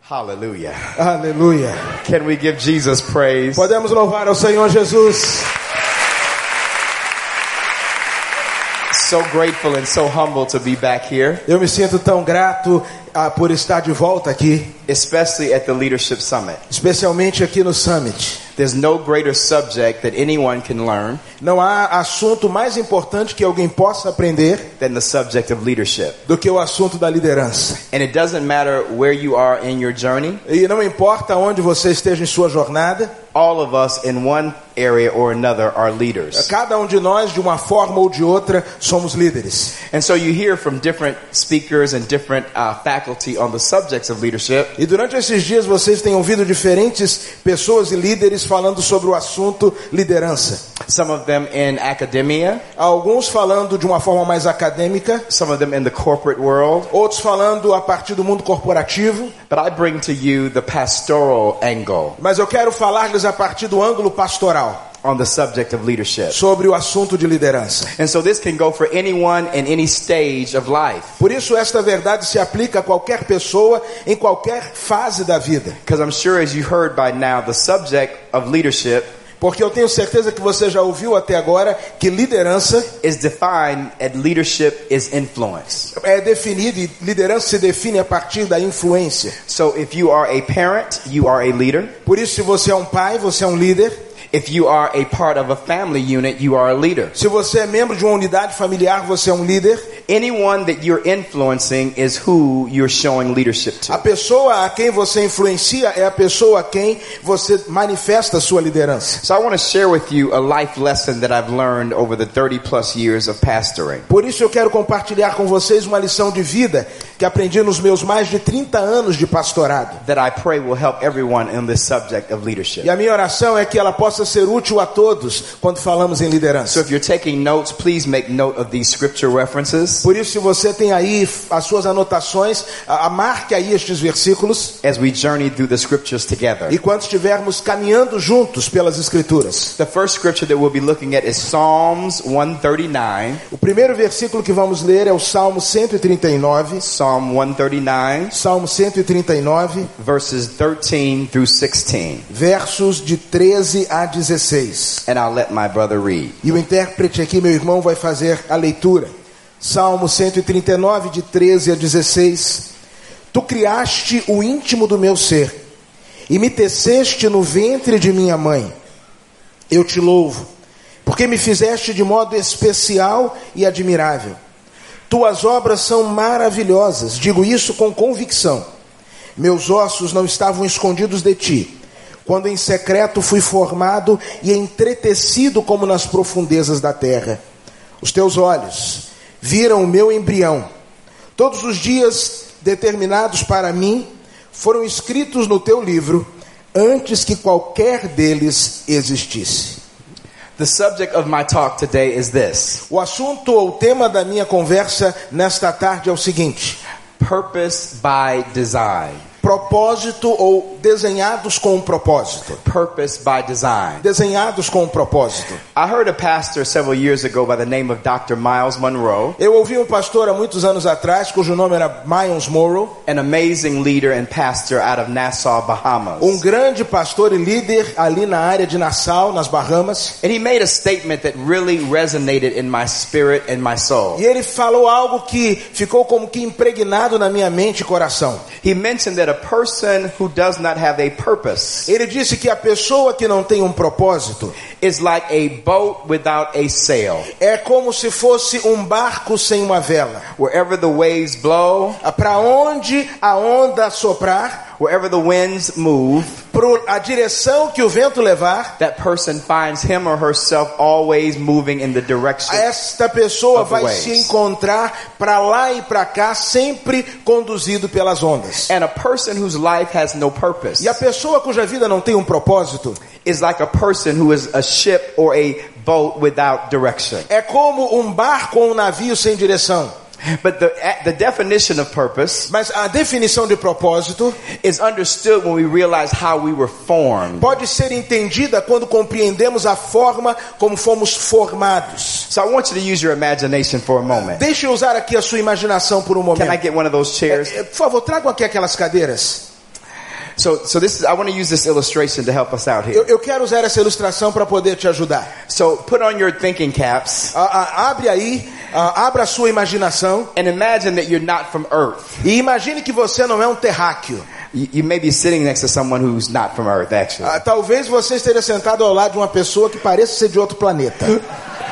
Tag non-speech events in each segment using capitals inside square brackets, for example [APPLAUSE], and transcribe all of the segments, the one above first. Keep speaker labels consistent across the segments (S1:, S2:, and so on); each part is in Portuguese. S1: Hallelujah.
S2: Aleluia.
S1: Can we give Jesus praise?
S2: Podemos louvar ao Senhor Jesus.
S1: So grateful and so humble to be back here,
S2: Eu me sinto tão grato ah, por estar de volta aqui,
S1: especially at the Leadership Summit.
S2: especialmente aqui no Summit.
S1: There's no greater subject that anyone can learn
S2: Não há assunto mais importante que alguém possa aprender
S1: than the subject of leadership.
S2: do que o assunto da liderança.
S1: And it doesn't matter where you are in your journey,
S2: E não importa onde você esteja em sua jornada,
S1: all of us in one area or another are leaders.
S2: cada um de nós, de uma forma ou de outra, somos líderes.
S1: And so you hear from different speakers and different uh, faculty on the subjects of leadership.
S2: E durante esses dias vocês têm ouvido diferentes pessoas e líderes falando sobre o assunto liderança.
S1: Some of them in academia,
S2: Alguns falando de uma forma mais acadêmica,
S1: some of them in the corporate world.
S2: outros falando a partir do mundo corporativo,
S1: But I bring to you the pastoral angle
S2: mas eu quero falar-lhes a partir do ângulo pastoral
S1: on the subject of leadership.
S2: sobre o assunto de liderança.
S1: And so this can go for anyone in any stage of life.
S2: Por isso esta verdade se aplica a qualquer pessoa em qualquer fase da vida.
S1: Because I'm sure, as you heard by now, the subject of leadership
S2: Porque eu tenho certeza que você já ouviu até agora que liderança
S1: is defined as leadership is influence.
S2: é definida e liderança se define a partir da influência.
S1: So if you are a parent, you are a leader.
S2: Por isso se você é um pai, você é um líder.
S1: If you are a part of a family unit, you are a leader.
S2: Se você é membro de uma unidade familiar, você é um líder.
S1: Anyone that you're influencing is who you're showing leadership
S2: A
S1: to.
S2: pessoa a quem você influencia é a pessoa a quem você manifesta a sua liderança.
S1: So I want to share with you a life lesson that I've learned over the 30 plus years of pastoring.
S2: Por isso eu quero compartilhar com vocês uma lição de vida que aprendi nos meus mais de 30 anos de pastorado.
S1: that I pray will help everyone in this subject of
S2: E
S1: leadership.
S2: a minha oração é que ela possa ser útil a todos quando falamos em
S1: So
S2: liderança.
S1: if you're taking notes, please make note of these scripture references
S2: Por isso, se você tem aí f- as suas anotações, a- a- marque aí estes versículos.
S1: as we journey through the scriptures together.
S2: E quando estivermos caminhando juntos pelas Escrituras,
S1: The first scripture that we'll be looking at is Psalms 139.
S2: o primeiro versículo que vamos ler é o Salmo 139.
S1: Psalm 139,
S2: Salmo 139,
S1: verses 13 through 16.
S2: versos de 13 a 16.
S1: And I'll let my brother read.
S2: E o intérprete aqui, meu irmão, vai fazer a leitura. Salmo 139, de 13 a 16. Tu criaste o íntimo do meu ser e me teceste no ventre de minha mãe. Eu te louvo, porque me fizeste de modo especial e admirável. Tuas obras são maravilhosas, digo isso com convicção. Meus ossos não estavam escondidos de ti, quando em secreto fui formado e entretecido como nas profundezas da terra. Os teus olhos viram o meu embrião. Todos os dias determinados para mim foram escritos no teu livro antes que qualquer deles existisse.
S1: The subject of my talk today is this
S2: O assunto ou tema da minha conversa nesta tarde é o seguinte:
S1: purpose by design.
S2: propósito ou desenhados com um propósito.
S1: Purpose by design.
S2: Desenhados com um propósito.
S1: I heard a pastor several years ago by the name of Dr. Miles Monroe.
S2: Eu ouvi um pastor há muitos anos atrás, cujo nome era Miles Morrow,
S1: an amazing leader and pastor out of Nassau, Bahamas.
S2: um grande pastor e líder ali na área de Nassau, nas Bahamas,
S1: And he made a statement that really resonated in my spirit and my soul.
S2: e ele falou algo que ficou como que impregnado na minha mente e coração.
S1: He mentioned that a person who does not have a purpose
S2: Ele disse que a pessoa que não tem um propósito
S1: is like a boat without a sail.
S2: é como se fosse um barco sem uma vela.
S1: Wherever the waves blow,
S2: Para onde a onda soprar,
S1: wherever the winds move,
S2: pro, a direção que o vento levar,
S1: that person finds him or herself always moving in the direction.
S2: esta pessoa
S1: Of the
S2: vai
S1: waves.
S2: se encontrar para lá e para cá, sempre conduzido pelas ondas.
S1: And a person whose life has no purpose
S2: E a pessoa cuja vida não tem um propósito
S1: is like a person who is a ship or a boat without direction.
S2: é como um barco ou um navio sem direção.
S1: But the, the definition of purpose
S2: Mas a definição de propósito
S1: is understood when we realize how we were formed.
S2: pode ser entendida quando compreendemos a forma como fomos formados.
S1: So I want you to use your imagination for a moment.
S2: Deixe eu usar aqui a sua imaginação por um
S1: Can I
S2: momento.
S1: get one of those chairs?
S2: É, é, Por favor, tragam aqui aquelas cadeiras.
S1: So, so this is, I want to use this illustration to help us out
S2: Eu,
S1: here.
S2: eu quero usar essa ilustração para poder te ajudar.
S1: So put on your thinking caps
S2: A- a- abre aí, a- abra a sua imaginação
S1: and imagine that you're not from Earth.
S2: e imagine que você não é um terráqueo.
S1: You, you may be sitting next to someone who's not from Earth, actually.
S2: Ah, talvez você esteja sentado ao lado de uma pessoa que pareça ser de outro planeta.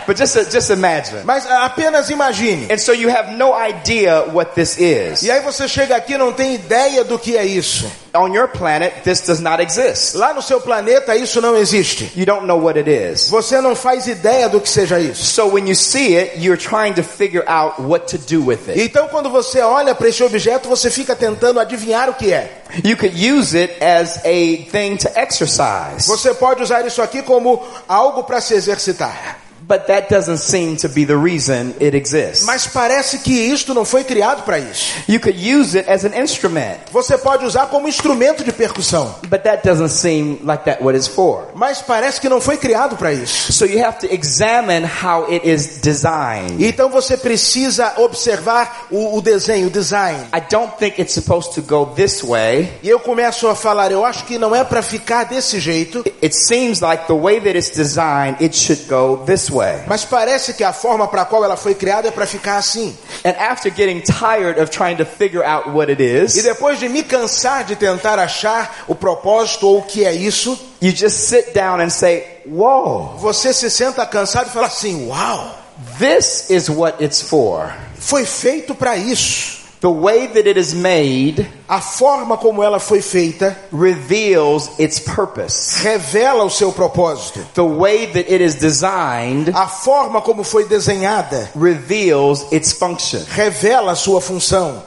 S1: But just, just imagine.
S2: Mas ah, apenas imagine.
S1: And so you have no idea what this is.
S2: E aí você chega aqui e não tem ideia do que é isso.
S1: On your planet, this does not exist.
S2: Lá no seu planeta isso não existe.
S1: You don't know what it is.
S2: Você não faz ideia do que seja isso.
S1: So when you see it, you're trying to figure out what to do with it.
S2: Então quando você olha para esse objeto, você fica tentando adivinhar o que é.
S1: You could use it as a thing to exercise.
S2: Você pode usar isso aqui como algo para se exercitar.
S1: But that doesn't seem to be the reason it exists.
S2: Mas parece que isto não foi criado para isso.
S1: You could use it as an instrument.
S2: Você pode usar como instrumento de percussão,
S1: But that doesn't seem like that what it's for.
S2: mas parece que não foi criado para isso.
S1: So you have to examine how it is designed.
S2: Então você precisa observar o, o desenho, o design.
S1: I don't think it's supposed to go this way.
S2: E eu começo a falar, eu acho que não é para ficar desse jeito,
S1: It seems like the way that it's designed, it should go this way.
S2: mas parece que a forma para a qual ela foi criada é para ficar assim.
S1: And after getting tired of trying to figure out what it
S2: E
S1: is,
S2: depois de me cansar de tentar achar o propósito ou o que é isso,
S1: you just sit down and say, Whoa,
S2: você se senta cansado e fala assim: "Uau,
S1: this is what it's for.
S2: foi feito para isso".
S1: The way that it is made
S2: A forma como ela foi feita
S1: reveals its purpose.
S2: revela o seu propósito.
S1: The way that it is designed
S2: A forma como foi desenhada
S1: reveals its function.
S2: revela a sua função.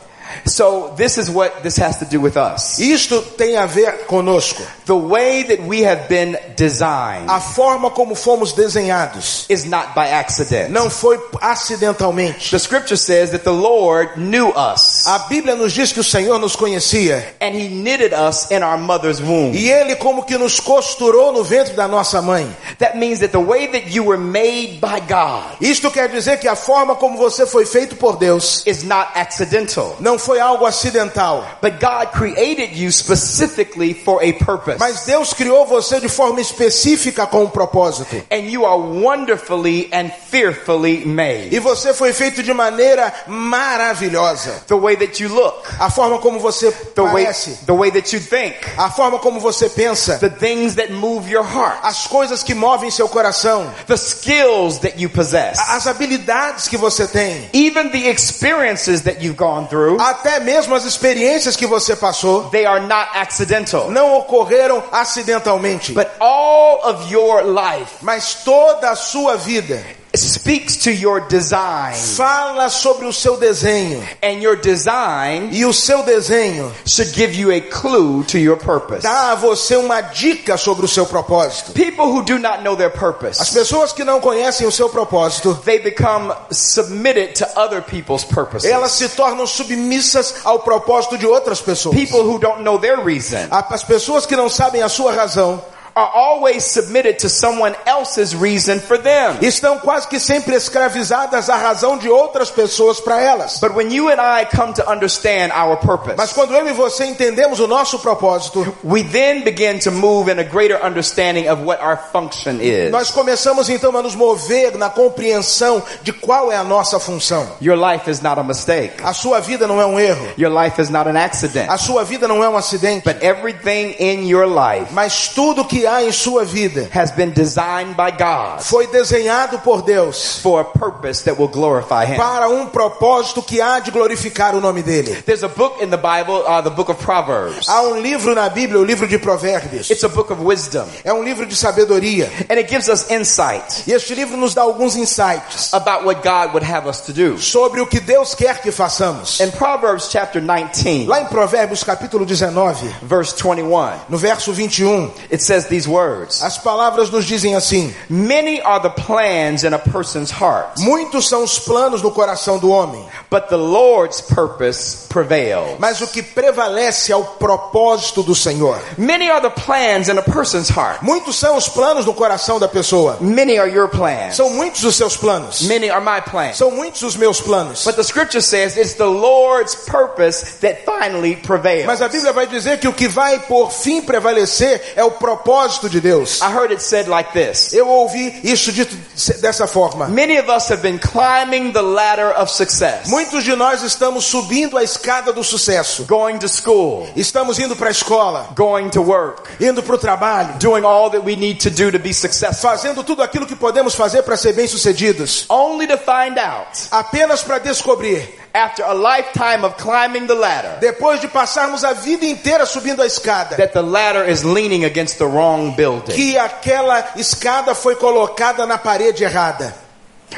S1: So this is what this has to do with us.
S2: Isto tem a ver conosco.
S1: The way that we have been designed
S2: A forma como fomos desenhados
S1: is not by accident.
S2: não foi acidentalmente.
S1: The scripture says that the Lord knew us
S2: A Bíblia nos diz que o Senhor nos conhecia
S1: and he knitted us in our mother's womb.
S2: e ele como que nos costurou no ventre da nossa mãe.
S1: That means that the way that you were made by God
S2: Isto quer dizer que a forma como você foi feito por Deus
S1: is not accidental.
S2: não foi algo acidental,
S1: But God created you specifically for a
S2: mas
S1: purpose.
S2: Deus criou você de forma específica com um propósito.
S1: And you are wonderfully and fearfully
S2: E
S1: made.
S2: você foi feito de maneira maravilhosa.
S1: The way that you look,
S2: A forma como você
S1: the way,
S2: parece,
S1: the way that you think,
S2: a forma como você pensa,
S1: the things that move your heart,
S2: as coisas que movem seu coração,
S1: the skills that you possess,
S2: as habilidades que você tem,
S1: even the experiences that you've gone through,
S2: até mesmo as experiências que você passou,
S1: they are not accidental.
S2: não ocorreram acidentalmente.
S1: But all of your life
S2: Mas toda a sua vida
S1: speaks to your design.
S2: fala sobre o seu desenho.
S1: And your design
S2: E o seu desenho
S1: should give you a clue to your purpose.
S2: dá a você uma dica sobre o seu propósito.
S1: People who do not know their
S2: As
S1: purpose,
S2: pessoas que não conhecem o seu propósito,
S1: they become submitted to other people's purposes.
S2: elas se tornam submissas ao propósito de outras pessoas.
S1: People who don't know their reason
S2: A- As pessoas que não sabem a sua razão
S1: are always submitted to someone else's reason for them.
S2: estão quase que sempre escravizadas à razão de outras pessoas para elas.
S1: But when you and I come to understand our
S2: Mas
S1: purpose,
S2: quando eu e você entendemos o nosso propósito,
S1: we then begin to move in a greater understanding of what our function is.
S2: nós começamos então a nos mover na compreensão de qual é a nossa função.
S1: Your life is not a mistake.
S2: A sua vida não é um erro.
S1: Your life is not an accident.
S2: A sua vida não é um acidente.
S1: But everything in your life
S2: Mas tudo que há em sua vida
S1: has been designed by God
S2: foi desenhado por Deus
S1: for a purpose that will glorify Him.
S2: para um propósito que há de glorificar o nome dele.
S1: There's a book in the Bible, uh, the book of Proverbs.
S2: Há um livro na Bíblia, o livro de Provérbios.
S1: It's a book of wisdom,
S2: É um livro de sabedoria.
S1: and it gives us insight
S2: E este livro nos dá alguns insights
S1: about what God would have us to do.
S2: sobre o que Deus quer que façamos.
S1: In Proverbs chapter 19,
S2: Lá em Provérbios capítulo 19,
S1: verse 21,
S2: no verso 21,
S1: it says, The these words.
S2: As palavras nos dizem assim:
S1: Many are the plans in a person's heart,
S2: muitos são os planos no coração do homem,
S1: but the Lord's purpose prevails.
S2: mas o que prevalece é o propósito do Senhor.
S1: Many are the plans in a person's heart.
S2: Muitos são os planos no coração da pessoa,
S1: Many are your plans.
S2: são muitos os seus planos,
S1: Many are my plans.
S2: são muitos os meus planos.
S1: But the scripture says it's the Lord's purpose that finally prevails.
S2: Mas a Bíblia vai dizer que o que vai por fim prevalecer é o propósito de Deus.
S1: I heard it said like this.
S2: Eu ouvi isso dito dessa forma.
S1: Many of us have been climbing the ladder of success.
S2: Muitos de nós estamos subindo a escada do sucesso.
S1: Going to school,
S2: Estamos indo para a escola,
S1: going to work,
S2: indo para o trabalho,
S1: doing all that we need to do to be successful,
S2: fazendo tudo aquilo que podemos fazer para ser bem-sucedidos.
S1: only to find out
S2: Apenas para descobrir,
S1: after a lifetime of climbing the ladder
S2: depois de passarmos a vida inteira subindo a escada,
S1: that the ladder is leaning against the wrong building.
S2: que aquela escada foi colocada na parede errada.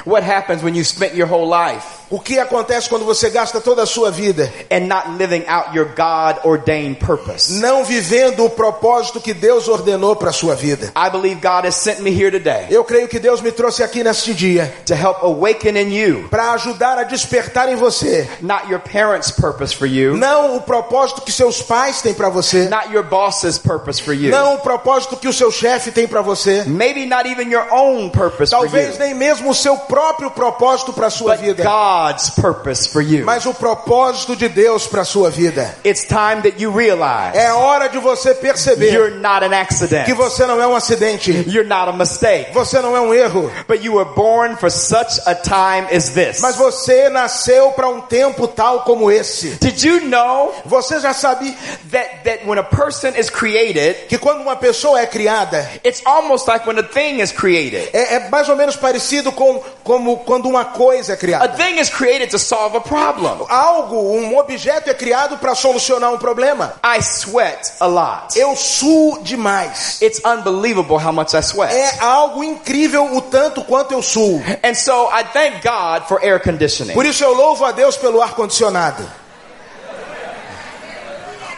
S1: What happens when you spent your whole life
S2: O que acontece quando você gasta toda a sua vida
S1: and not living out your God ordained purpose?
S2: não vivendo o propósito que Deus ordenou para a sua vida?
S1: I believe God has sent me here today
S2: Eu creio que Deus me trouxe aqui neste dia
S1: to help awaken in you
S2: para ajudar a despertar em você
S1: not your parents' purpose for you,
S2: Não o propósito que seus pais têm para você.
S1: not your boss's purpose for you.
S2: Não o propósito que o seu chefe tem para você.
S1: Maybe not even your own purpose for
S2: Talvez
S1: you,
S2: nem mesmo o seu próprio propósito para sua
S1: but
S2: vida.
S1: God's purpose for you.
S2: Mas o propósito de Deus para sua vida.
S1: It's time that you realize
S2: É hora de você perceber
S1: you're not an accident.
S2: que você não é um acidente.
S1: You're not a mistake.
S2: Você não é um erro.
S1: But you were born for such a time as this.
S2: Mas você nasceu para um tempo tal como esse.
S1: Did you know
S2: Você já sabe
S1: that, that when a person is created,
S2: que quando uma pessoa é criada,
S1: it's almost like when a thing is created?
S2: é, é mais ou menos parecido com como quando uma coisa é criada.
S1: A thing is created to solve a problem.
S2: Algo, um objeto é criado para solucionar um problema.
S1: I sweat a lot.
S2: Eu suo demais.
S1: It's unbelievable how much I sweat.
S2: É algo incrível o tanto quanto eu suo.
S1: And so I thank God for air conditioning.
S2: Por isso eu louvo a Deus pelo ar condicionado.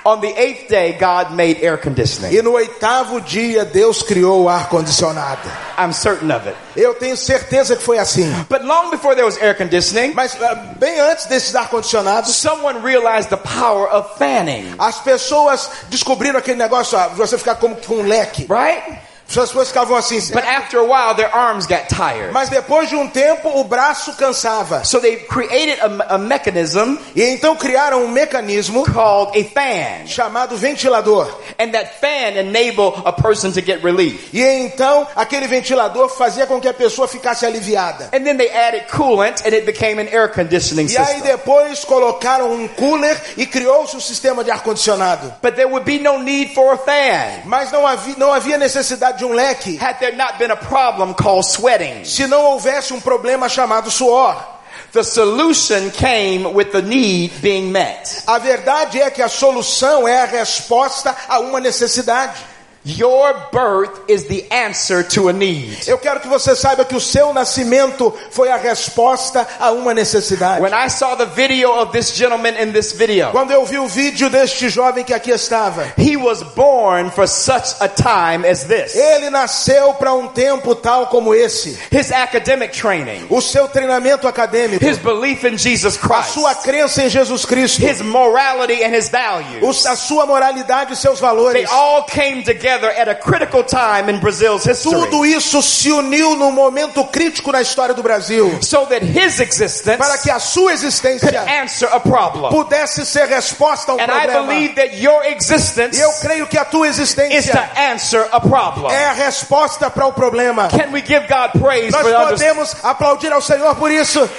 S1: On the eighth day, God made air conditioning.
S2: E no oitavo dia Deus criou o ar condicionado.
S1: I'm certain of it.
S2: Eu tenho certeza que foi assim.
S1: But long before there was air conditioning,
S2: Mas ah, bem antes desses ar condicionados,
S1: someone realized the power of fanning,
S2: as pessoas descobriram aquele negócio, ah, você ficar como com um leque.
S1: right?
S2: As pessoas ficavam assim.
S1: But after a while, their arms got tired.
S2: Mas depois de um tempo o braço cansava.
S1: So they created a, a mechanism
S2: E então criaram um mecanismo
S1: called a fan.
S2: chamado ventilador.
S1: And that fan enabled a person to get relief.
S2: E então aquele ventilador fazia com que a pessoa ficasse aliviada.
S1: And then they added coolant and it became an air conditioning
S2: E aí
S1: system.
S2: depois colocaram um cooler e criou-se um sistema de ar condicionado.
S1: But there would be no need for a fan
S2: Mas não havia, não havia necessidade de um leque
S1: had there not been a problem called sweating.
S2: se não houvesse um problema chamado suor.
S1: The solution came with the need being met.
S2: A verdade é que a solução é a resposta a uma necessidade.
S1: Your birth is the answer to a need.
S2: Eu quero que você saiba que o seu nascimento foi a resposta a uma necessidade.
S1: When I saw the video of this gentleman in this video,
S2: Quando eu vi o vídeo deste jovem que aqui estava,
S1: he was born for such a time as this.
S2: ele nasceu para um tempo tal como esse.
S1: His academic training,
S2: o seu treinamento acadêmico,
S1: his belief in Jesus
S2: a
S1: Christ,
S2: sua crença em Jesus Cristo,
S1: his morality and his
S2: o-
S1: values,
S2: a sua moralidade e seus
S1: they
S2: valores.
S1: all came together at a critical time in Brazil's history
S2: Tudo isso se uniu num momento crítico na história do Brasil
S1: so that his existence
S2: para que a sua
S1: could
S2: existência
S1: answer a problem.
S2: pudesse ser resposta a um
S1: And I
S2: problema.
S1: believe that your existence
S2: E eu creio que a tua
S1: is to
S2: existência
S1: answer a problem.
S2: é a resposta para o problema.
S1: Can we give God praise for
S2: Nós
S1: understanding?
S2: podemos aplaudir ao Senhor por isso.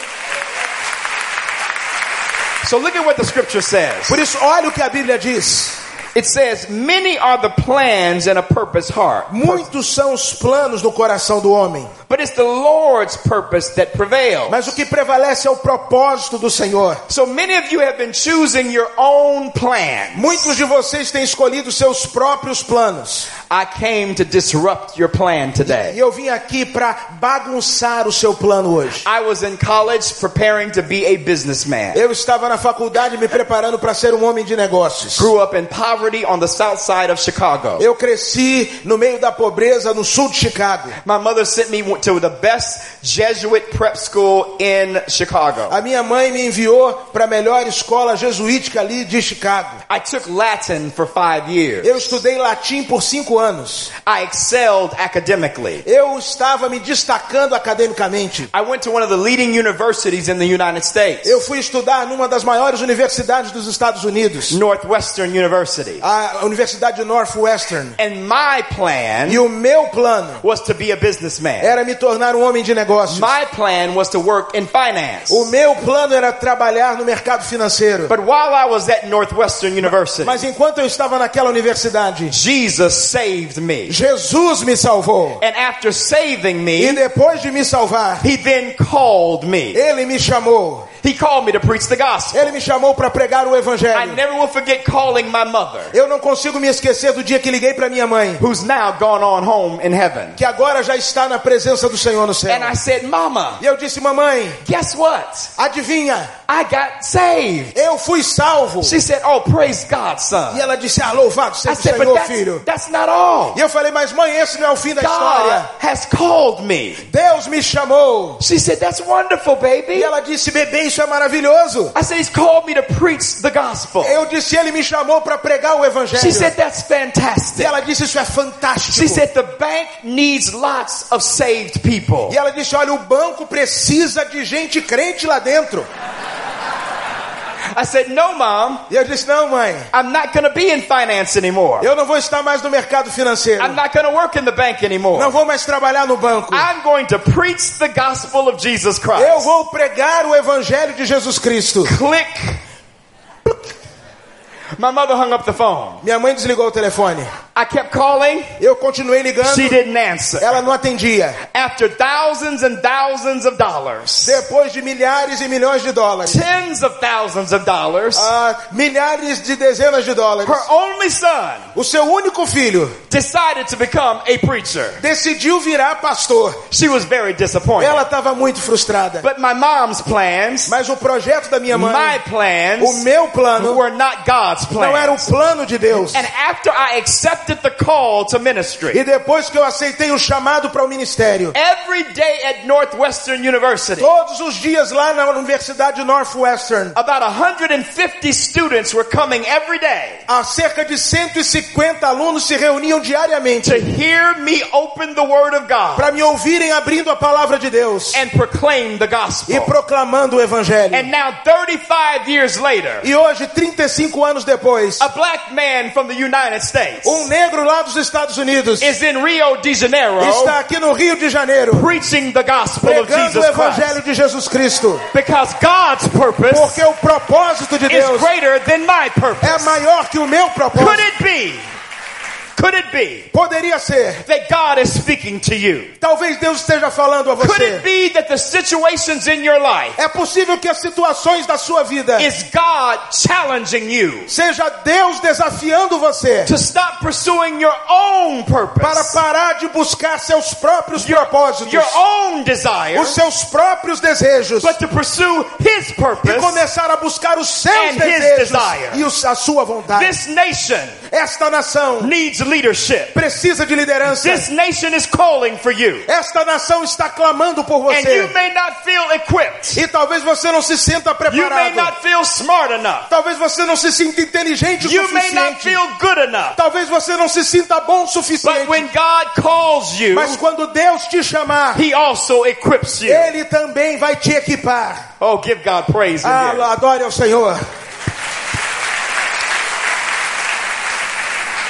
S1: So look at what the scripture says.
S2: Por isso, olha o que a Bíblia diz.
S1: It says, Many are the plans and a purpose heart,
S2: Muitos são os planos no coração do homem,
S1: but it's the Lord's purpose that prevails.
S2: mas o que prevalece é o propósito do Senhor.
S1: So many of you have been choosing your own plan.
S2: Muitos de vocês têm escolhido seus próprios planos.
S1: I came to disrupt your plan
S2: E
S1: today.
S2: eu vim aqui para bagunçar o seu plano hoje.
S1: I was in college preparing to be a businessman.
S2: Eu estava na faculdade me preparando para ser um homem de negócios.
S1: Grew up in poverty on the south side of Chicago.
S2: Eu cresci no meio da pobreza no sul de Chicago.
S1: My mother sent me to the best Jesuit prep school in Chicago.
S2: A minha mãe me enviou para a melhor escola jesuítica ali de Chicago.
S1: I took Latin for five years.
S2: Eu estudei latim por cinco anos.
S1: I excelled academically.
S2: Eu estava me destacando academicamente.
S1: I went to one of the leading universities in the United States,
S2: Eu fui estudar numa das maiores universidades dos Estados Unidos,
S1: Northwestern University.
S2: a Universidade de Northwestern.
S1: And my plan
S2: E o meu plano
S1: was to be a businessman.
S2: era me tornar um homem de negócios.
S1: My plan was to work in finance.
S2: O meu plano era trabalhar no mercado financeiro.
S1: But while I was at Northwestern University,
S2: Mas enquanto eu estava naquela universidade,
S1: Jesus saved me.
S2: Jesus me salvou.
S1: And after saving
S2: E
S1: me,
S2: depois de me salvar,
S1: he then called me.
S2: ele me chamou.
S1: He called me to preach the gospel.
S2: Ele me chamou para pregar o
S1: I
S2: evangelho.
S1: never will forget calling my mother,
S2: Eu não consigo me esquecer do dia que liguei para minha mãe,
S1: who's now gone on home in heaven.
S2: que agora já está na presença do Senhor no céu.
S1: And I said, Mama,
S2: E eu disse, mamãe,
S1: guess what?
S2: adivinha?
S1: I got saved.
S2: Eu fui salvo.
S1: She said, Oh, praise God,
S2: E
S1: son.
S2: ela disse, ah, louvado
S1: I
S2: seja o
S1: said, But
S2: Senhor,
S1: that's,
S2: filho.
S1: that's not all.
S2: E eu falei, mas mãe, esse não é o fim da
S1: God
S2: história.
S1: has called me.
S2: Deus me chamou.
S1: She said, That's wonderful,
S2: E
S1: baby.
S2: ela disse, bebê, isso é maravilhoso.
S1: I said, He's called me to preach the gospel.
S2: Eu disse, ele me chamou para pregar o evangelho.
S1: She said, That's
S2: E
S1: fantastic.
S2: ela disse, isso é fantástico.
S1: She said, The bank needs lots of saved people.
S2: E ela disse, olha, o banco precisa de gente crente lá dentro.
S1: I said, No, mom,
S2: E eu disse, não, mãe.
S1: I'm not going to be in finance anymore.
S2: Eu não vou estar mais no mercado financeiro.
S1: I'm not going to work in the bank
S2: Não
S1: anymore.
S2: vou mais trabalhar no banco.
S1: I'm going to preach the gospel of Jesus
S2: Eu
S1: Christ.
S2: vou pregar o evangelho de Jesus Cristo.
S1: Click. My mother hung up the phone.
S2: Minha mãe desligou o telefone.
S1: I kept calling.
S2: Eu continuei ligando.
S1: She didn't answer.
S2: Ela não atendia.
S1: After thousands and thousands of dollars,
S2: Depois de milhares e milhões de dólares,
S1: tens of thousands of dollars,
S2: ah, milhares de dezenas de dólares,
S1: her only son
S2: o seu único filho
S1: decided to become a preacher.
S2: decidiu virar pastor.
S1: She was very disappointed.
S2: Ela estava muito frustrada.
S1: But my mom's plans,
S2: Mas o projeto da minha
S1: my
S2: mãe, o
S1: plans,
S2: meu plano,
S1: were not God's
S2: não era
S1: plans.
S2: o plano de Deus.
S1: And after I accepted the call to ministry,
S2: E depois que eu aceitei o chamado para o ministério,
S1: every day at Northwestern University,
S2: todos os dias lá na Universidade Northwestern,
S1: about 150 students were coming every day
S2: há cerca de 150 alunos se reuniam diariamente
S1: to hear me open the Word of God
S2: para me ouvirem abrindo a palavra de Deus
S1: and proclaim the gospel.
S2: e proclamando o evangelho.
S1: And now, 35 years later,
S2: E hoje, 35 anos depois,
S1: a black man from the United States
S2: um negro lá dos Estados Unidos
S1: is in Rio de Janeiro
S2: está aqui no Rio de Janeiro
S1: preaching the gospel of
S2: pregando
S1: Oh,
S2: o
S1: Jesus Christ
S2: evangelho de Jesus Cristo,
S1: because God's purpose
S2: porque o propósito de
S1: is
S2: Deus
S1: greater than my
S2: é
S1: purpose.
S2: maior que o meu
S1: Could
S2: propósito.
S1: it be? Could it be
S2: Poderia ser.
S1: that God is speaking to you?
S2: Talvez Deus esteja falando a
S1: Could
S2: você.
S1: it be that the situations in your life
S2: É possível que as situações da sua vida
S1: is God challenging you
S2: seja Deus desafiando você
S1: to stop pursuing your own
S2: para
S1: purpose,
S2: parar de buscar seus próprios propósitos,
S1: your own desire,
S2: os seus próprios desejos
S1: but to pursue His
S2: e
S1: purpose?
S2: começar a buscar os
S1: And
S2: seus
S1: his
S2: desejos
S1: desire.
S2: e os- a sua vontade.
S1: This nation
S2: Esta nação
S1: needs leadership.
S2: precisa de liderança.
S1: This nation is calling for you.
S2: Esta nação está clamando por
S1: And you
S2: você.
S1: may not feel equipped.
S2: E talvez você não se sinta
S1: You may
S2: preparado.
S1: not feel smart enough.
S2: Talvez você não se sinta inteligente o
S1: You may not
S2: suficiente.
S1: feel good enough.
S2: Talvez você não se sinta bom o
S1: But
S2: suficiente.
S1: when God calls you,
S2: Mas quando Deus te chamar,
S1: He also equips you.
S2: Ele também vai te equipar.
S1: Oh, give God praise. in
S2: Ah,
S1: here.
S2: adore ao Senhor.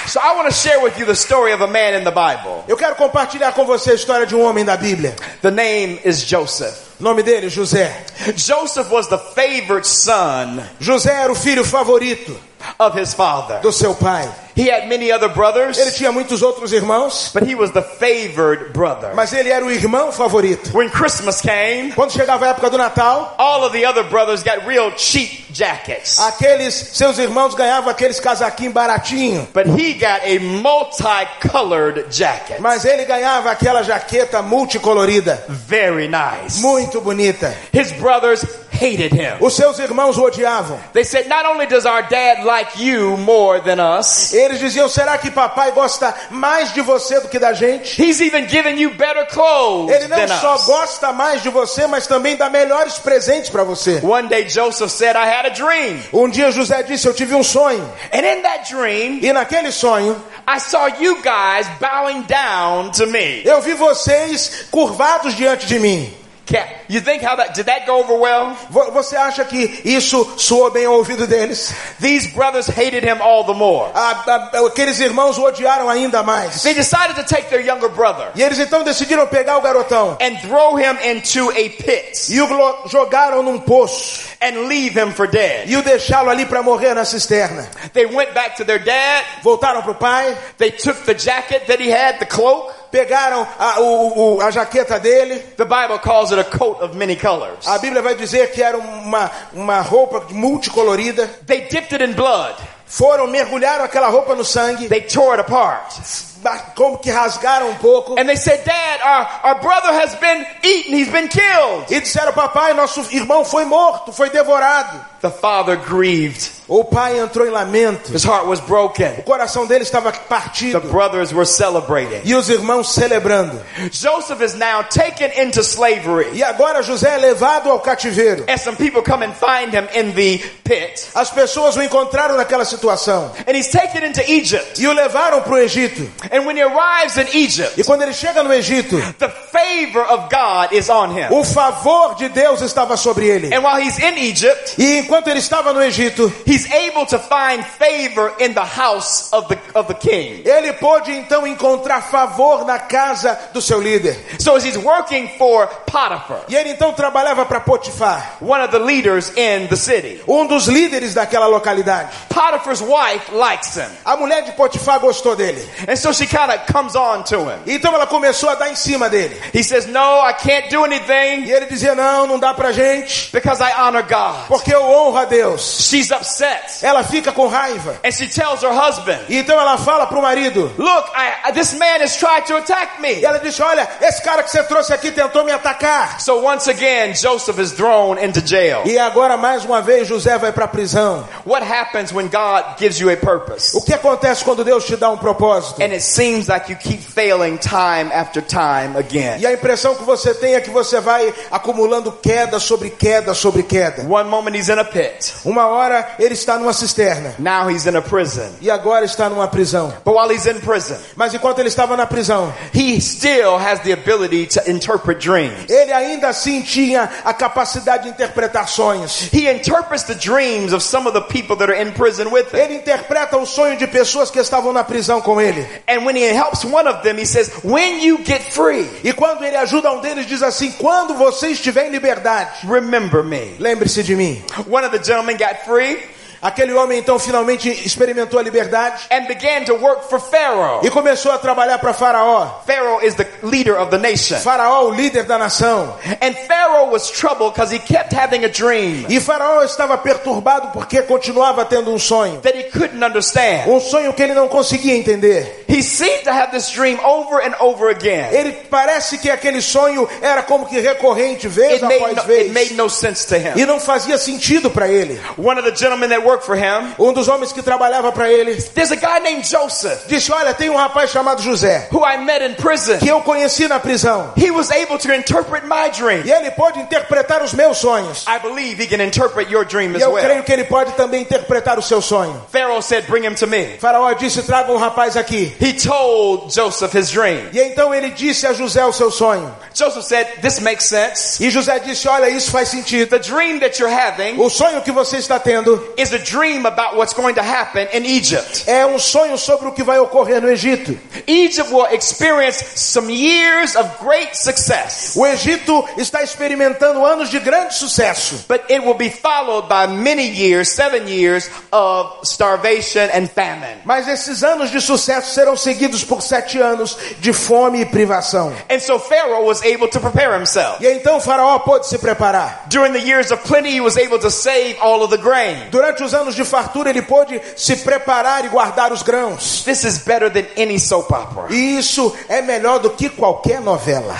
S1: So I want to share with you the story of a man in the Bible.
S2: Eu quero compartilhar com você a história de um homem da Bíblia.
S1: The name is Joseph.
S2: O nome dele, José.
S1: Joseph was the favored son
S2: José era o filho favorito
S1: of his father.
S2: do seu pai.
S1: He had many other
S2: Ele
S1: brothers,
S2: tinha muitos outros irmãos,
S1: but he was the favored brother.
S2: mas ele era o irmão favorito.
S1: When Christmas came,
S2: Quando chegava a época do Natal,
S1: all of the other brothers got real cheap jackets.
S2: aqueles seus irmãos ganhavam aqueles casaquinhos baratinho,
S1: But he got a multicolored jacket.
S2: mas ele ganhava aquela jaqueta multicolorida,
S1: Very nice.
S2: muito bonita.
S1: His brothers hated him.
S2: Os seus irmãos o odiavam.
S1: They said, Not only does our dad like you more than us,
S2: Eles diziam: será que papai gosta mais de você do que da gente?
S1: he's even giving you better clothes
S2: Ele não
S1: than
S2: só
S1: us.
S2: gosta mais de você, mas também dá melhores presentes para você.
S1: One day Joseph said, I had a dream.
S2: Um dia José disse: Eu tive um sonho.
S1: And in that dream,
S2: E naquele sonho,
S1: I saw you guys bowing down to me.
S2: eu vi vocês curvados diante de mim.
S1: Ca- You think how that did that go over well?
S2: Vo- Você acha que isso soou bem ao ouvido deles?
S1: These brothers hated him all the more.
S2: A- a- aqueles irmãos o odiaram ainda mais.
S1: They decided to take their younger brother
S2: E eles então decidiram pegar o garotão
S1: and throw him into a pit
S2: e o glo- jogaram num poço
S1: and leave him for dead.
S2: e o deixaram ali para morrer na cisterna.
S1: They went back to their dad.
S2: Voltaram pro pai,
S1: They took the jacket that he had, the cloak.
S2: pegaram a, o- o- a jaqueta dele.
S1: The Bible calls it a coat of many colors.
S2: A Bíblia vai dizer que era uma, uma roupa multicolorida.
S1: They dipped it in blood.
S2: Foram, mergulharam aquela roupa no sangue,
S1: They tore it apart.
S2: ba- como que rasgaram um pouco.
S1: And they said, Dad, our, our brother has been eaten. He's been killed.
S2: E disseram, papai, nosso irmão foi morto, foi devorado.
S1: The father grieved.
S2: O pai entrou em lamento.
S1: His heart was broken.
S2: O coração dele estava
S1: The
S2: partido.
S1: brothers were celebrating.
S2: E os irmãos celebrando.
S1: Joseph is now taken into slavery.
S2: E agora José é levado ao cativeiro.
S1: And some people come and find him in the pit.
S2: As pessoas o encontraram naquela situação
S1: And he's taken into Egypt.
S2: e o levaram para o Egito.
S1: And when he arrives in Egypt,
S2: E quando ele chega no Egito,
S1: the favor of God is on him.
S2: o favor de Deus estava sobre ele.
S1: And while he's in Egypt,
S2: E enquanto ele estava no Egito,
S1: he's able to find favor in the house of the, of the king.
S2: ele pôde então encontrar favor na casa do seu líder.
S1: So as he's working for Potiphar,
S2: E ele então trabalhava para Potifar,
S1: one of the leaders in the city,
S2: um dos líderes daquela localidade.
S1: Potiphar's wife likes him.
S2: A mulher de Potifar gostou dele.
S1: And so she kind of comes on to him.
S2: Então ela começou a dar em cima dele.
S1: He says, No, I can't do
S2: E
S1: anything
S2: ele dizia: Não, não dá pra gente,
S1: because I honor God.
S2: porque eu honro a Deus.
S1: She's upset.
S2: Ela fica com raiva.
S1: And she tells her husband,
S2: E então ela fala pro marido.
S1: Look, I, I- this man has tried to attack me.
S2: E ela disse: Olha, esse cara que você trouxe aqui tentou me atacar.
S1: So once again, Joseph is thrown into jail.
S2: E agora, mais uma vez, José vai pra prisão.
S1: What happens when God gives you a purpose?
S2: O que acontece quando Deus te dá um propósito?
S1: And it seems like you keep failing time after time again.
S2: E a impressão que você tem é que você vai acumulando queda sobre queda sobre queda.
S1: One moment he's in a pit,
S2: Uma hora ele está numa cisterna.
S1: now he's in a prison.
S2: E agora está numa prisão.
S1: But while he's in prison,
S2: Mas enquanto ele estava na prisão,
S1: he still has the ability to interpret dreams.
S2: ele ainda assim tinha a capacidade de interpretar sonhos.
S1: He interprets the dreams of some of the people that are in prison with him.
S2: Ele interpreta o sonho de pessoas que estavam na prisão com ele.
S1: And when he helps one of them, he says, When you get free,
S2: E quando ele ajuda um deles, diz assim: Quando você estiver em liberdade,
S1: remember me.
S2: lembre-se de mim.
S1: One of the gentlemen got free
S2: Aquele homem então finalmente experimentou a liberdade
S1: and began to work for Pharaoh.
S2: e começou a trabalhar para Faraó.
S1: Pharaoh is the leader of the nation.
S2: Faraó, o líder da nação.
S1: And Pharaoh was troubled because he kept having a dream
S2: E Faraó estava perturbado porque continuava tendo um sonho.
S1: that he couldn't understand.
S2: Um sonho que ele não conseguia entender.
S1: He seemed to have this dream over and over again.
S2: Ele parece que aquele sonho era como que recorrente, vez
S1: It made,
S2: após
S1: no, it
S2: vez.
S1: made no sense to
S2: E
S1: him.
S2: não fazia sentido para ele.
S1: One of the gentlemen that worked for him,
S2: Um dos homens que trabalhava para ele
S1: there's a guy named Joseph
S2: disse: Olha, tem um rapaz chamado José
S1: who I met in prison.
S2: que eu conheci na prisão
S1: He was able to interpret my dream.
S2: e ele pode interpretar os meus sonhos.
S1: I believe he can interpret your dream
S2: E
S1: as
S2: eu
S1: well.
S2: creio que ele pode também interpretar o seu sonho.
S1: Pharaoh said, Bring him to me.
S2: Faraó disse: Traga um rapaz aqui.
S1: He told Joseph his dream.
S2: E então ele disse a José o seu sonho.
S1: Joseph said, This makes sense.
S2: E José disse: Olha, isso faz sentido.
S1: The dream that you're having
S2: O sonho que você está tendo
S1: is a dream about what's going to happen in Egypt.
S2: é um sonho sobre o que vai ocorrer no Egito.
S1: Egypt will experience some years of great success,
S2: O Egito está experimentando anos de grande sucesso,
S1: but it will be followed by many years, seven years of starvation and famine.
S2: mas esses anos de sucesso serão seguidos por sete anos de fome e privação.
S1: And so Pharaoh was able to prepare himself.
S2: E então Faraó pôde se preparar.
S1: During the years of plenty, he was able to save all of the grain.
S2: Durante os anos de fartura, ele pôde se preparar e guardar os grãos.
S1: This is better than any soap opera.
S2: E isso é melhor do que qualquer novela.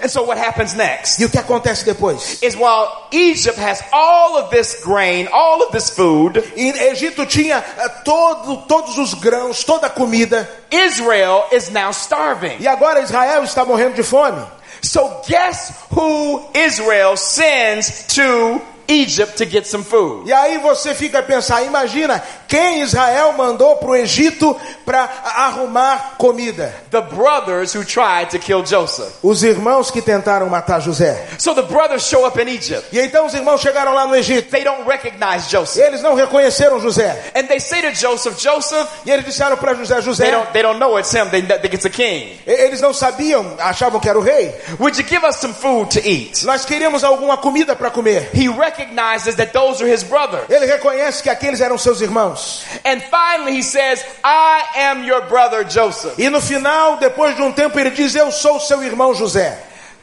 S1: And so what happens next
S2: E o que acontece depois?
S1: is while Egypt has all of this grain, all of this food,
S2: E Egito tinha eh, todo, todos os grãos, toda a comida,
S1: Israel is now starving.
S2: e agora Israel está morrendo de fome.
S1: So guess who Israel sends to Egypt to get some food?
S2: E aí você fica a pensar, imagina quem Israel mandou para o Egito para arrumar comida.
S1: The brothers who tried to kill Joseph.
S2: Os irmãos que tentaram matar José.
S1: So the brothers show up in Egypt.
S2: E então os irmãos chegaram lá no Egito.
S1: They don't recognize Joseph.
S2: Eles não reconheceram José.
S1: And they say to Joseph, Joseph,
S2: E eles disseram para José,
S1: they
S2: José,
S1: don't, they don't know it's him. They think it's a king.
S2: e- eles não sabiam, achavam que era o rei.
S1: Would you give us some food to eat?
S2: Nós queríamos alguma comida para comer.
S1: He recognizes that those are his brothers.
S2: Ele reconhece que aqueles eram seus irmãos.
S1: And finally he says, I am your brother Joseph.
S2: E no final, depois de um tempo, ele diz: Eu sou seu irmão José.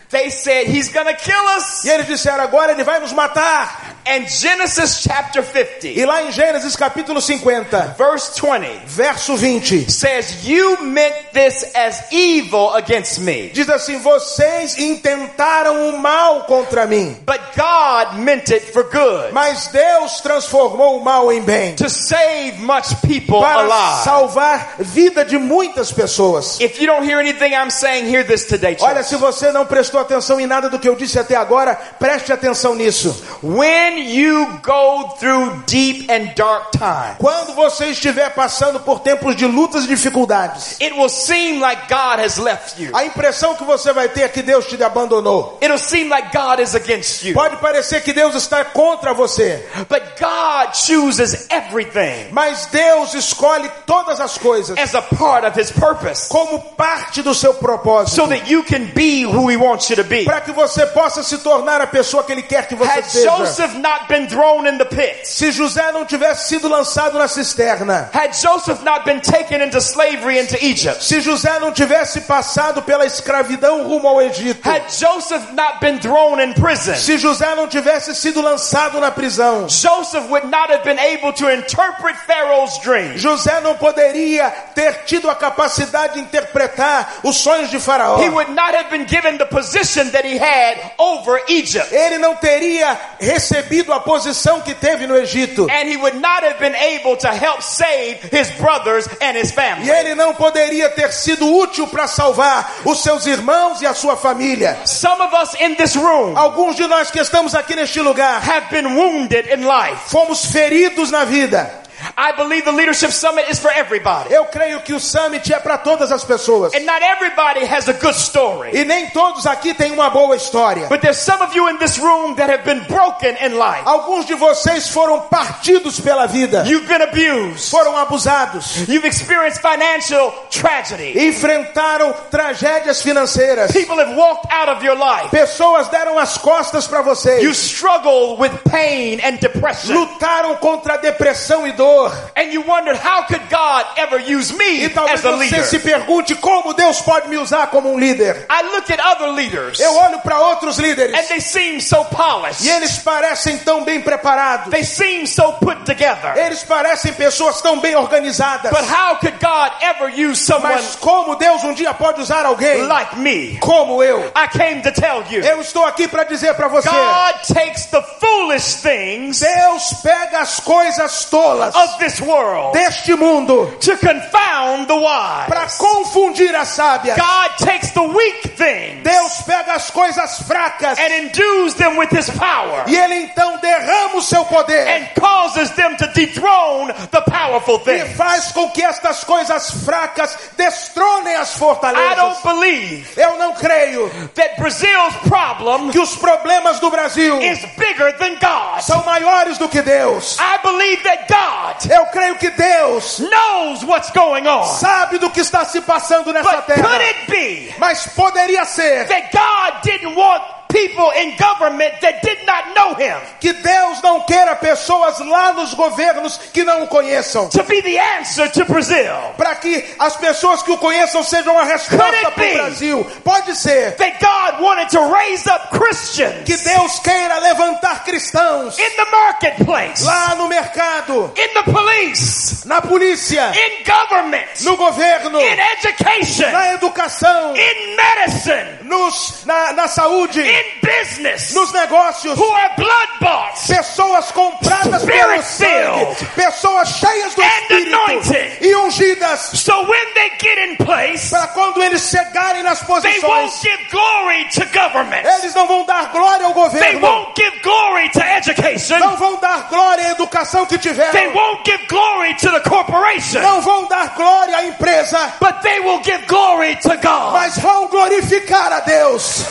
S1: They said, he's gonna kill us.
S2: E eles disseram: Agora ele vai nos matar.
S1: And Genesis chapter 50,
S2: E lá em Gênesis capítulo 50,
S1: verse 20
S2: verso 20,
S1: says, you meant this as evil against me,
S2: diz assim: Vocês intentaram o mal contra mim,
S1: but God meant it for good
S2: mas Deus transformou o mal em bem
S1: to save much people
S2: para
S1: alive.
S2: salvar vida de muitas pessoas.
S1: If you don't hear anything I'm saying, hear this today, church.
S2: Olha, se você não prestou atenção em nada do que eu disse até agora, preste atenção nisso.
S1: When you go through deep and dark times,
S2: Quando você estiver passando por tempos de lutas e dificuldades,
S1: it will seem like God has left you.
S2: a impressão que você vai ter é que Deus te abandonou.
S1: It'll seem like God is against you.
S2: Pode parecer que Deus está contra você,
S1: But God chooses everything
S2: mas Deus escolhe todas as coisas
S1: as a part of his purpose
S2: como parte do seu propósito,
S1: so that you can be who he wants you to be.
S2: para que você possa se tornar a pessoa que Ele quer que você
S1: Had
S2: seja.
S1: Joseph not been thrown in the pit,
S2: Se José não tivesse sido lançado na cisterna,
S1: had Joseph not been taken into slavery into Egypt,
S2: se José não tivesse passado pela escravidão rumo ao Egito,
S1: had Joseph not been thrown in prison,
S2: se José não tivesse sido lançado na prisão,
S1: Joseph would not have been able to interpret Pharaoh's dreams.
S2: José não poderia ter tido a capacidade de interpretar os sonhos de Faraó.
S1: He would not have been given the position that he had over Egypt.
S2: Ele não teria recebido a posição que teve no Egito.
S1: And he would not have been able to help save his brothers and his family.
S2: E ele não poderia ter sido útil para salvar os seus irmãos e a sua família.
S1: Some of us in this room
S2: Alguns de nós que estamos aqui neste lugar
S1: have been wounded in life.
S2: fomos feridos na vida.
S1: I believe the leadership summit is for everybody.
S2: Eu creio que o summit é para todas as pessoas.
S1: And not everybody has a good story.
S2: E nem todos aqui têm uma boa história.
S1: But there's some of you in this room that have been broken in life.
S2: Alguns de vocês foram partidos pela vida,
S1: You've been abused.
S2: foram abusados.
S1: You've experienced financial tragedy.
S2: enfrentaram tragédias financeiras.
S1: People have walked out of your life.
S2: Pessoas deram as costas para
S1: You
S2: vocês.
S1: struggle with pain and depression.
S2: Lutaram contra a depressão e dor.
S1: And you wondered, how could God ever use me
S2: E talvez
S1: as a
S2: você
S1: leader?
S2: se pergunte como Deus pode me usar como um líder.
S1: I look at other leaders
S2: Eu olho para outros
S1: and
S2: líderes
S1: they seem so polished.
S2: e eles parecem tão bem preparados.
S1: They seem so put together.
S2: Eles parecem pessoas tão bem organizadas.
S1: But how could God ever use someone
S2: Mas como Deus um dia pode usar alguém
S1: like me?
S2: como eu?
S1: I came to tell you.
S2: Eu estou aqui para dizer para você:
S1: God takes the foolish things
S2: Deus pega as coisas tolas
S1: of this world
S2: deste mundo
S1: to confound the
S2: para
S1: wise.
S2: confundir a sábia.
S1: God takes the weak things
S2: Deus pega as coisas fracas
S1: and endues them with his power
S2: e ele então derrama o seu poder
S1: and causes them to dethrone the powerful
S2: e
S1: things.
S2: faz com que estas coisas fracas destronem as
S1: I don't
S2: fortalezas.
S1: believe
S2: Eu não creio
S1: that Brazil's problem
S2: que os problemas do Brasil
S1: is bigger than God.
S2: são maiores do que Deus.
S1: I believe that God
S2: Eu creio que Deus
S1: knows what's going on.
S2: sabe do que está se passando nessa
S1: But could
S2: terra.
S1: it be
S2: Mas poderia ser
S1: that God didn't want
S3: people in government that did not know him
S2: Que Deus não queira pessoas lá nos governos que não o conheçam.
S3: to be the answer to Brazil.
S2: Para que as pessoas que o conheçam sejam a
S3: Could
S2: resposta
S3: it
S2: para o
S3: be?
S2: Brasil. Pode ser
S3: That God wanted to raise up Christians
S2: que Deus queira levantar cristãos
S3: in the marketplace,
S2: lá no mercado,
S3: in the police,
S2: na polícia,
S3: in government,
S2: no governo,
S3: in education,
S2: na educação,
S3: in medicine,
S2: nos, na, na saúde,
S3: in business,
S2: nos negócios.
S3: who are blood bought
S2: Pessoas compradas pelo
S3: Spirit
S2: sangue,
S3: filled.
S2: pessoas cheias do
S3: And
S2: Espírito
S3: anointed.
S2: e ungidas
S3: So when they get in place,
S2: para quando eles chegarem nas
S3: they won't
S2: posições,
S3: give glory to government.
S2: eles não vão dar glória ao
S3: They
S2: governo,
S3: won't give glory to education.
S2: não vão dar glória à educação que
S3: They
S2: tiveram,
S3: won't give glory to the corporation.
S2: não vão dar glória à empresa,
S3: But they will give glory to God.
S2: mas vão glorificar a Deus.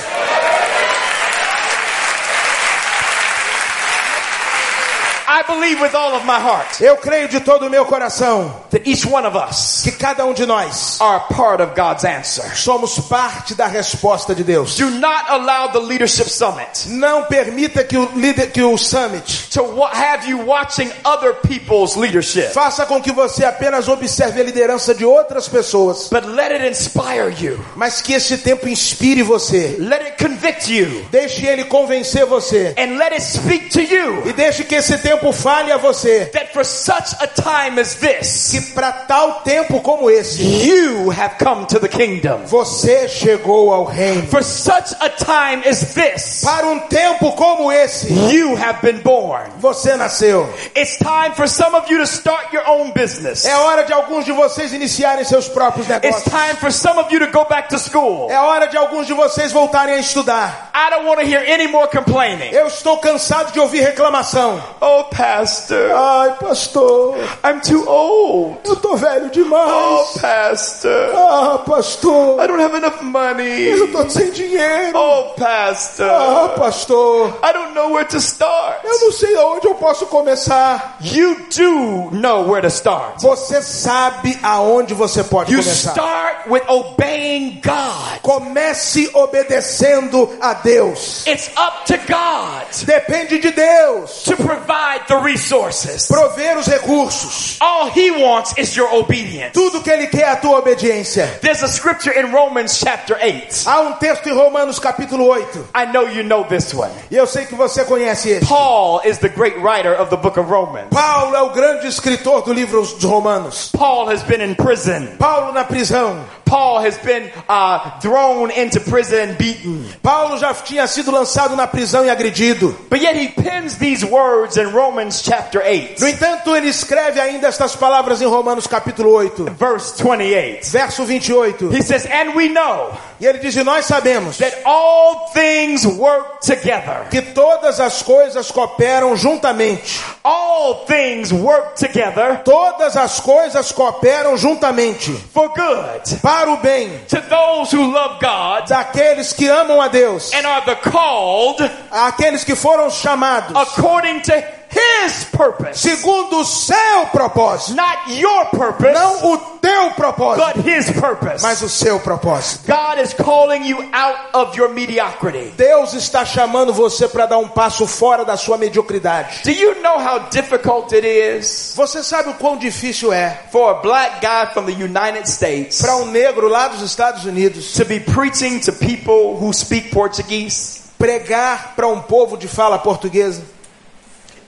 S1: I believe with all of my heart
S2: Eu creio de todo o meu coração
S1: that each one of us
S2: que cada um de nós
S1: are part of God's answer.
S2: somos parte da resposta de Deus.
S1: Do not allow the leadership summit
S2: Não permita que o líder, que o summit
S1: to wa- have you watching other people's leadership,
S2: faça com que você apenas observe a liderança de outras pessoas,
S1: but let it inspire you.
S2: mas que esse tempo inspire você.
S1: Let it convict you
S2: Deixe ele convencer você
S1: and let it speak to you
S2: e deixe que esse tempo fale a você
S1: that for such a time as
S2: que
S1: this,
S2: para tal tempo como esse
S1: you have come to the kingdom.
S2: você chegou ao reino.
S1: For such a time as this,
S2: Para um tempo como esse
S1: you have been born.
S2: você nasceu.
S1: It's time for some of you to start your own business.
S2: É hora de alguns de vocês iniciarem seus próprios
S1: It's
S2: negócios.
S1: time for some of you to go back to school.
S2: É hora de alguns de vocês voltarem a estudar.
S1: I don't want to hear any more complaining.
S2: Eu estou cansado de ouvir reclamação.
S1: Oh, pastor,
S2: Ai, pastor,
S1: I'm too old. Oh,
S2: eu tô velho demais.
S1: pastor,
S2: Ah, pastor,
S1: don't have enough money.
S2: eu [LAUGHS] tô sem dinheiro.
S1: Oh, pastor,
S2: Ah, pastor,
S1: I don't know where to start.
S2: eu não sei aonde eu posso começar.
S1: You do know where to start.
S2: Você sabe aonde você pode
S1: You
S2: começar.
S1: start with obeying God.
S2: Comece obedecendo a Deus.
S1: It's up to God
S2: Depende de Deus
S1: to provide the resources.
S2: prover os recursos.
S1: All he wants is your obedience.
S2: Tudo que Ele quer é a tua obediência.
S1: There's a scripture in Romans chapter 8.
S2: Há um texto em Romanos capítulo 8.
S1: I know you know this one.
S2: E eu sei que você conhece ele.
S1: Paul is the great writer of the book of Romans.
S2: Paulo é o grande escritor do livro dos Romanos.
S1: Paul has been in prison.
S2: Paulo na prisão.
S1: Paul has been uh, thrown into prison and beaten.
S2: Paulo já tinha sido lançado na prisão e agredido.
S1: But yet he pins these words in Romans chapter 8,
S2: No entanto, ele escreve ainda estas palavras em Romanos capítulo 8,
S1: verse 28.
S2: verso 28.
S1: He says, And we know
S2: E ele diz: "E nós sabemos
S1: that all things work together.
S2: que todas as coisas cooperam juntamente.
S1: All things work together
S2: Todas as coisas cooperam juntamente
S1: for good
S2: para o bem
S1: to those who love God
S2: daqueles que amam a Deus,
S1: and are the called
S2: aqueles que foram chamados
S1: according to his purpose.
S2: segundo o seu propósito,
S1: Not your purpose,
S2: não o teu propósito,
S1: but his purpose.
S2: mas o seu propósito.
S1: God is calling you out of your mediocrity.
S2: Deus está chamando você para dar um passo fora da sua mediocridade.
S1: Do you know how difficult it is
S2: Você sabe o quão difícil é
S1: for a black guy from the United States
S2: para um negro lá dos Estados Unidos
S1: to be preaching to people who speak Portuguese?
S2: pregar para um povo de fala portuguesa?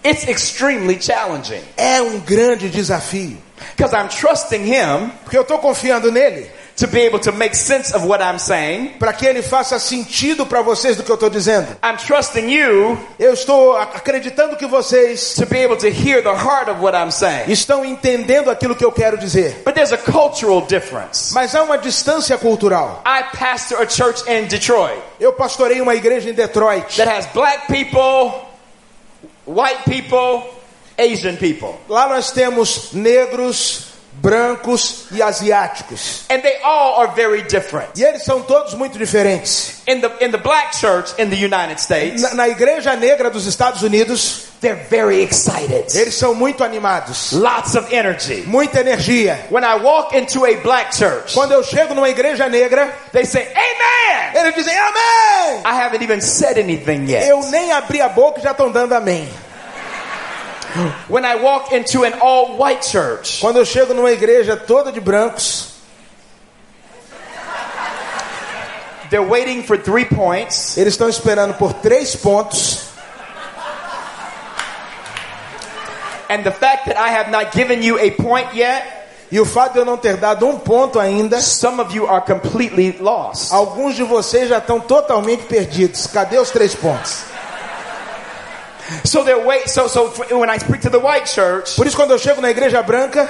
S1: It's extremely challenging
S2: É um grande desafio.
S1: because I'm trusting him
S2: Porque eu estou confiando nele
S1: to be able to make sense of what I'm saying.
S2: para que ele faça sentido para vocês do que eu estou dizendo.
S1: I'm trusting you
S2: Eu estou ac- acreditando que vocês
S1: to be able to hear the heart of what I'm saying.
S2: estão entendendo aquilo que eu quero dizer.
S1: But there's a cultural difference.
S2: Mas há uma distância cultural.
S1: I pastor a church in Detroit.
S2: Eu pastorei uma igreja em Detroit.
S1: that has black people, white people, Asian people.
S2: Lá nós temos negros, brancos e asiáticos.
S1: And they all are very different.
S2: E eles são todos muito diferentes.
S1: In the in the black church in the United States,
S2: Na, na igreja negra dos Estados Unidos,
S1: they're very excited.
S2: eles são muito animados.
S1: Lots of energy.
S2: Muita energia.
S1: When I walk into a black church,
S2: Quando eu chego numa igreja negra,
S1: they say, "Amen."
S2: Eles dizem amém.
S1: I haven't even said anything yet.
S2: Eu nem abri a boca e já estão dando amém.
S1: When I walk into an all white church,
S2: Quando eu chego numa igreja toda de brancos,
S1: they're waiting for three points.
S2: eles estão esperando por três pontos.
S1: And the fact that I have not given you a point yet,
S2: E o fato de eu não ter dado um ponto ainda,
S1: some of you are completely lost.
S2: alguns de vocês já estão totalmente perdidos. Cadê os três pontos?
S1: So they're wait. So so f- when I speak to the white church,
S2: Por isso, quando eu chego na igreja branca,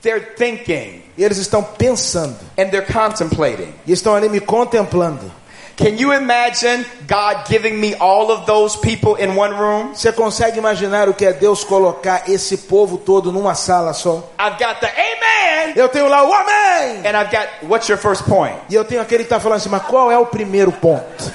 S1: they're thinking
S2: eles estão pensando
S1: and they're contemplating.
S2: e estão ali me contemplando.
S1: Can you imagine God giving me all of those people in one room?
S2: Você consegue imaginar o que é Deus colocar esse povo todo numa sala só?
S1: I've got the amen,
S2: Eu tenho lá o Amém!
S1: and I've got what's your first point?
S2: E eu tenho aquele que está falando assim, mas qual é o primeiro ponto?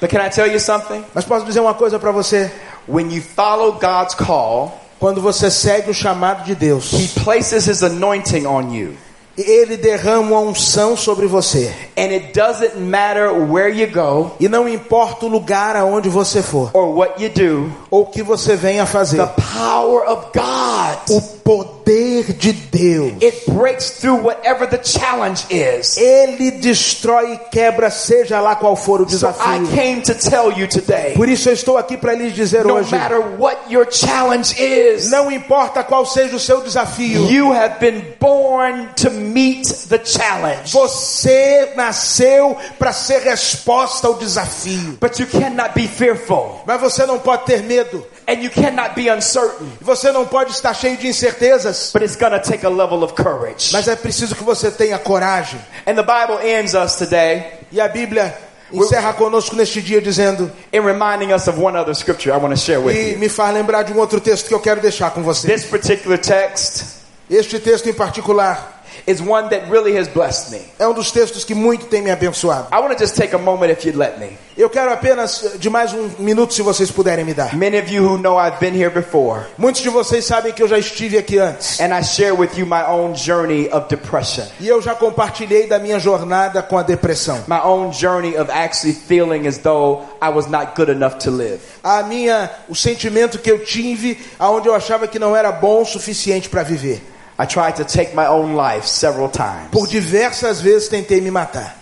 S1: But can I tell you something?
S2: Mas posso dizer uma coisa para você?
S1: When you follow God's call,
S2: Quando você segue o chamado de Deus,
S1: He places His anointing on you,
S2: Ele derrama uma unção sobre você.
S1: and it doesn't matter where you go
S2: E não importa o lugar aonde você for,
S1: or what you do.
S2: ou o que você venha fazer,
S1: The power of God
S2: o poder de Deus,
S1: it breaks through whatever the challenge is.
S2: Ele destrói e quebra, seja lá qual for o
S1: I
S2: desafio.
S1: came to tell you today.
S2: Por isso eu estou aqui para lhes dizer
S1: No
S2: hoje:
S1: matter what your challenge is,
S2: não importa qual seja o seu desafio,
S1: you have been born to meet the challenge.
S2: você nasceu para ser resposta ao desafio.
S1: But you cannot be fearful
S2: Mas você não pode ter medo,
S1: and you cannot be uncertain.
S2: você não pode estar cheio de incertezas,
S1: But it's going to take a level of courage.
S2: mas é preciso que você tenha coragem.
S1: And the Bible ends us today
S2: E a Bíblia encerra conosco neste dia dizendo:
S1: in reminding us of one other scripture I want to share with
S2: E
S1: you.
S2: me faz lembrar de um outro texto que eu quero deixar com você.
S1: This particular text
S2: Este texto em particular
S1: is one that really has blessed me.
S2: é um dos textos que muito tem me abençoado.
S1: I want to just take a moment if you'd let me.
S2: Eu quero apenas eh, de mais um minuto, se vocês puderem me dar.
S1: Many of you who know I've been here before,
S2: Muitos de vocês sabem que eu já estive aqui antes.
S1: and I share with you my own journey of depression,
S2: E eu já compartilhei da minha jornada com a depressão.
S1: my own journey of actually feeling as though I was not good enough to live.
S2: A minha, o sentimento que eu tive, aonde eu achava que não era bom o suficiente para viver.
S1: I tried to take my own life several times.
S2: Por diversas vezes tentei me matar.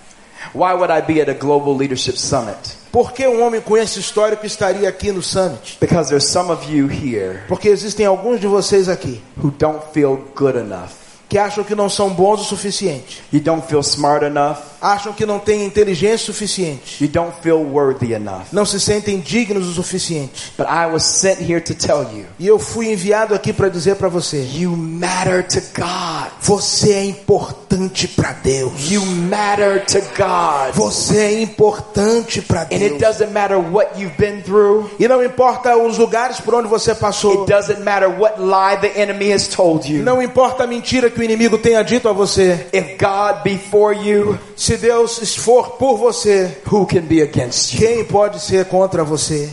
S1: Why would I be at a global leadership summit?
S2: Por que um homem com esse histórico estaria aqui no summit?
S1: Because there's some of you here
S2: Porque existem alguns de vocês aqui
S1: who don't feel good enough.
S2: que acham que não são bons o suficiente.
S1: You don't feel smart enough.
S2: acham que não têm inteligência suficiente,
S1: You don't feel worthy enough.
S2: não se sentem dignos o suficiente.
S1: But I was sent here to tell you,
S2: E eu fui enviado aqui para dizer para você:
S1: you matter to God.
S2: você é importante para Deus.
S1: You matter to God.
S2: Você é importante para
S1: And it
S2: Deus.
S1: doesn't matter what you've been through.
S2: E não importa os lugares por onde você
S1: It
S2: passou,
S1: doesn't matter what lie the enemy has told you.
S2: não importa a mentira que o inimigo tenha dito a você.
S1: If God be for you,
S2: Se Deus for por você,
S1: who can be against you?
S2: quem pode ser contra você?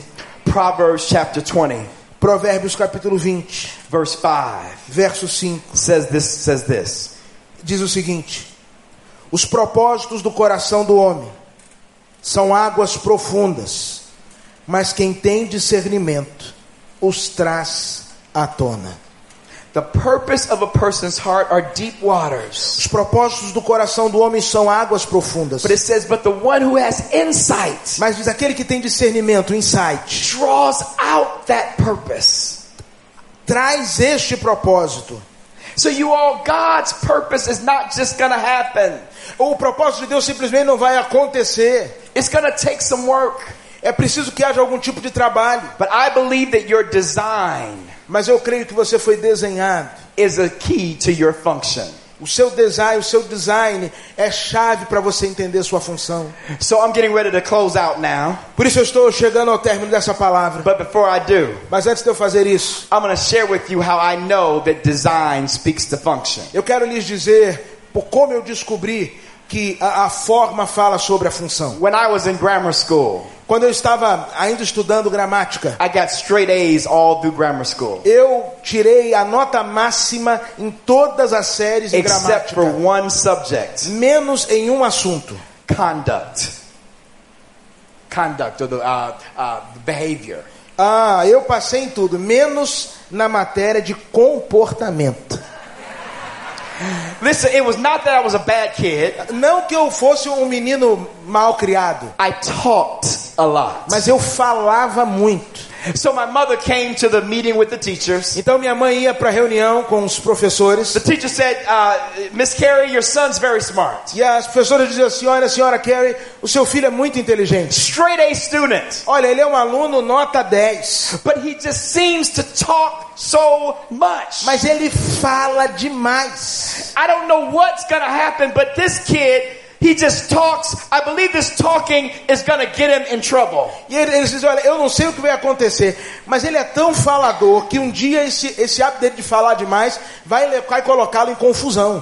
S1: Proverbs chapter 20,
S2: Provérbios capítulo 20,
S1: verse 5
S2: verso 5.
S1: says this says this.
S2: diz o seguinte: Os propósitos do coração do homem são águas profundas, mas quem tem discernimento os traz à tona.
S1: The purpose of a person's heart are deep waters.
S2: Os propósitos do coração do homem são águas profundas,
S1: But it says, but the one who has insight
S2: mas diz aquele que tem discernimento, insight,
S1: draws out that purpose.
S2: traz este propósito.
S1: So you all, God's purpose is not just gonna happen.
S2: O propósito de Deus simplesmente não vai acontecer.
S1: It's gonna take some work.
S2: É preciso que haja algum tipo de trabalho,
S1: But I believe that your design
S2: mas eu creio que você foi desenhado
S1: is a key to your function.
S2: O seu design, o seu design é chave para você entender sua função.
S1: So I'm getting ready to close out now.
S2: Por isso eu estou chegando ao término dessa palavra.
S1: But before I do,
S2: Mas antes de eu fazer isso,
S1: I'm gonna share with you how I know that design speaks to function.
S2: eu quero lhes dizer por como eu descobri que a, a forma fala sobre a função.
S1: When I was in grammar school,
S2: Quando eu estava ainda estudando gramática,
S1: I got straight A's all through grammar school.
S2: eu tirei a nota máxima em todas as séries de
S1: except for
S2: gramática,
S1: one subject.
S2: menos em um assunto.
S1: conduct. Conduct or the uh, uh, behavior.
S2: Ah, eu passei em tudo, menos na matéria de comportamento.
S1: Listen, it was not that I was a bad kid.
S2: Não que eu fosse um menino mal criado,
S1: I talked a lot.
S2: mas eu falava muito.
S1: So my mother came to the meeting with the teachers.
S2: Então minha mãe ia para reunião com os professores
S1: The teacher said, uh, Miss Carey, your son's very smart.
S2: e as professoras diziam: "Senhora, senhora Carey, o seu filho é muito inteligente.
S1: Straight A student.
S2: Olha, ele é um aluno nota 10,
S1: But he just seems to talk so much.
S2: mas ele fala demais.
S1: I don't know what's going to happen, but this kid, he just talks. I believe this talking is going to get him in trouble.
S2: E ele- eles dizem: "Olha, eu não sei o que vai acontecer, mas ele é tão falador que um dia esse esse hábito dele de falar demais vai levar e colocá-lo em confusão."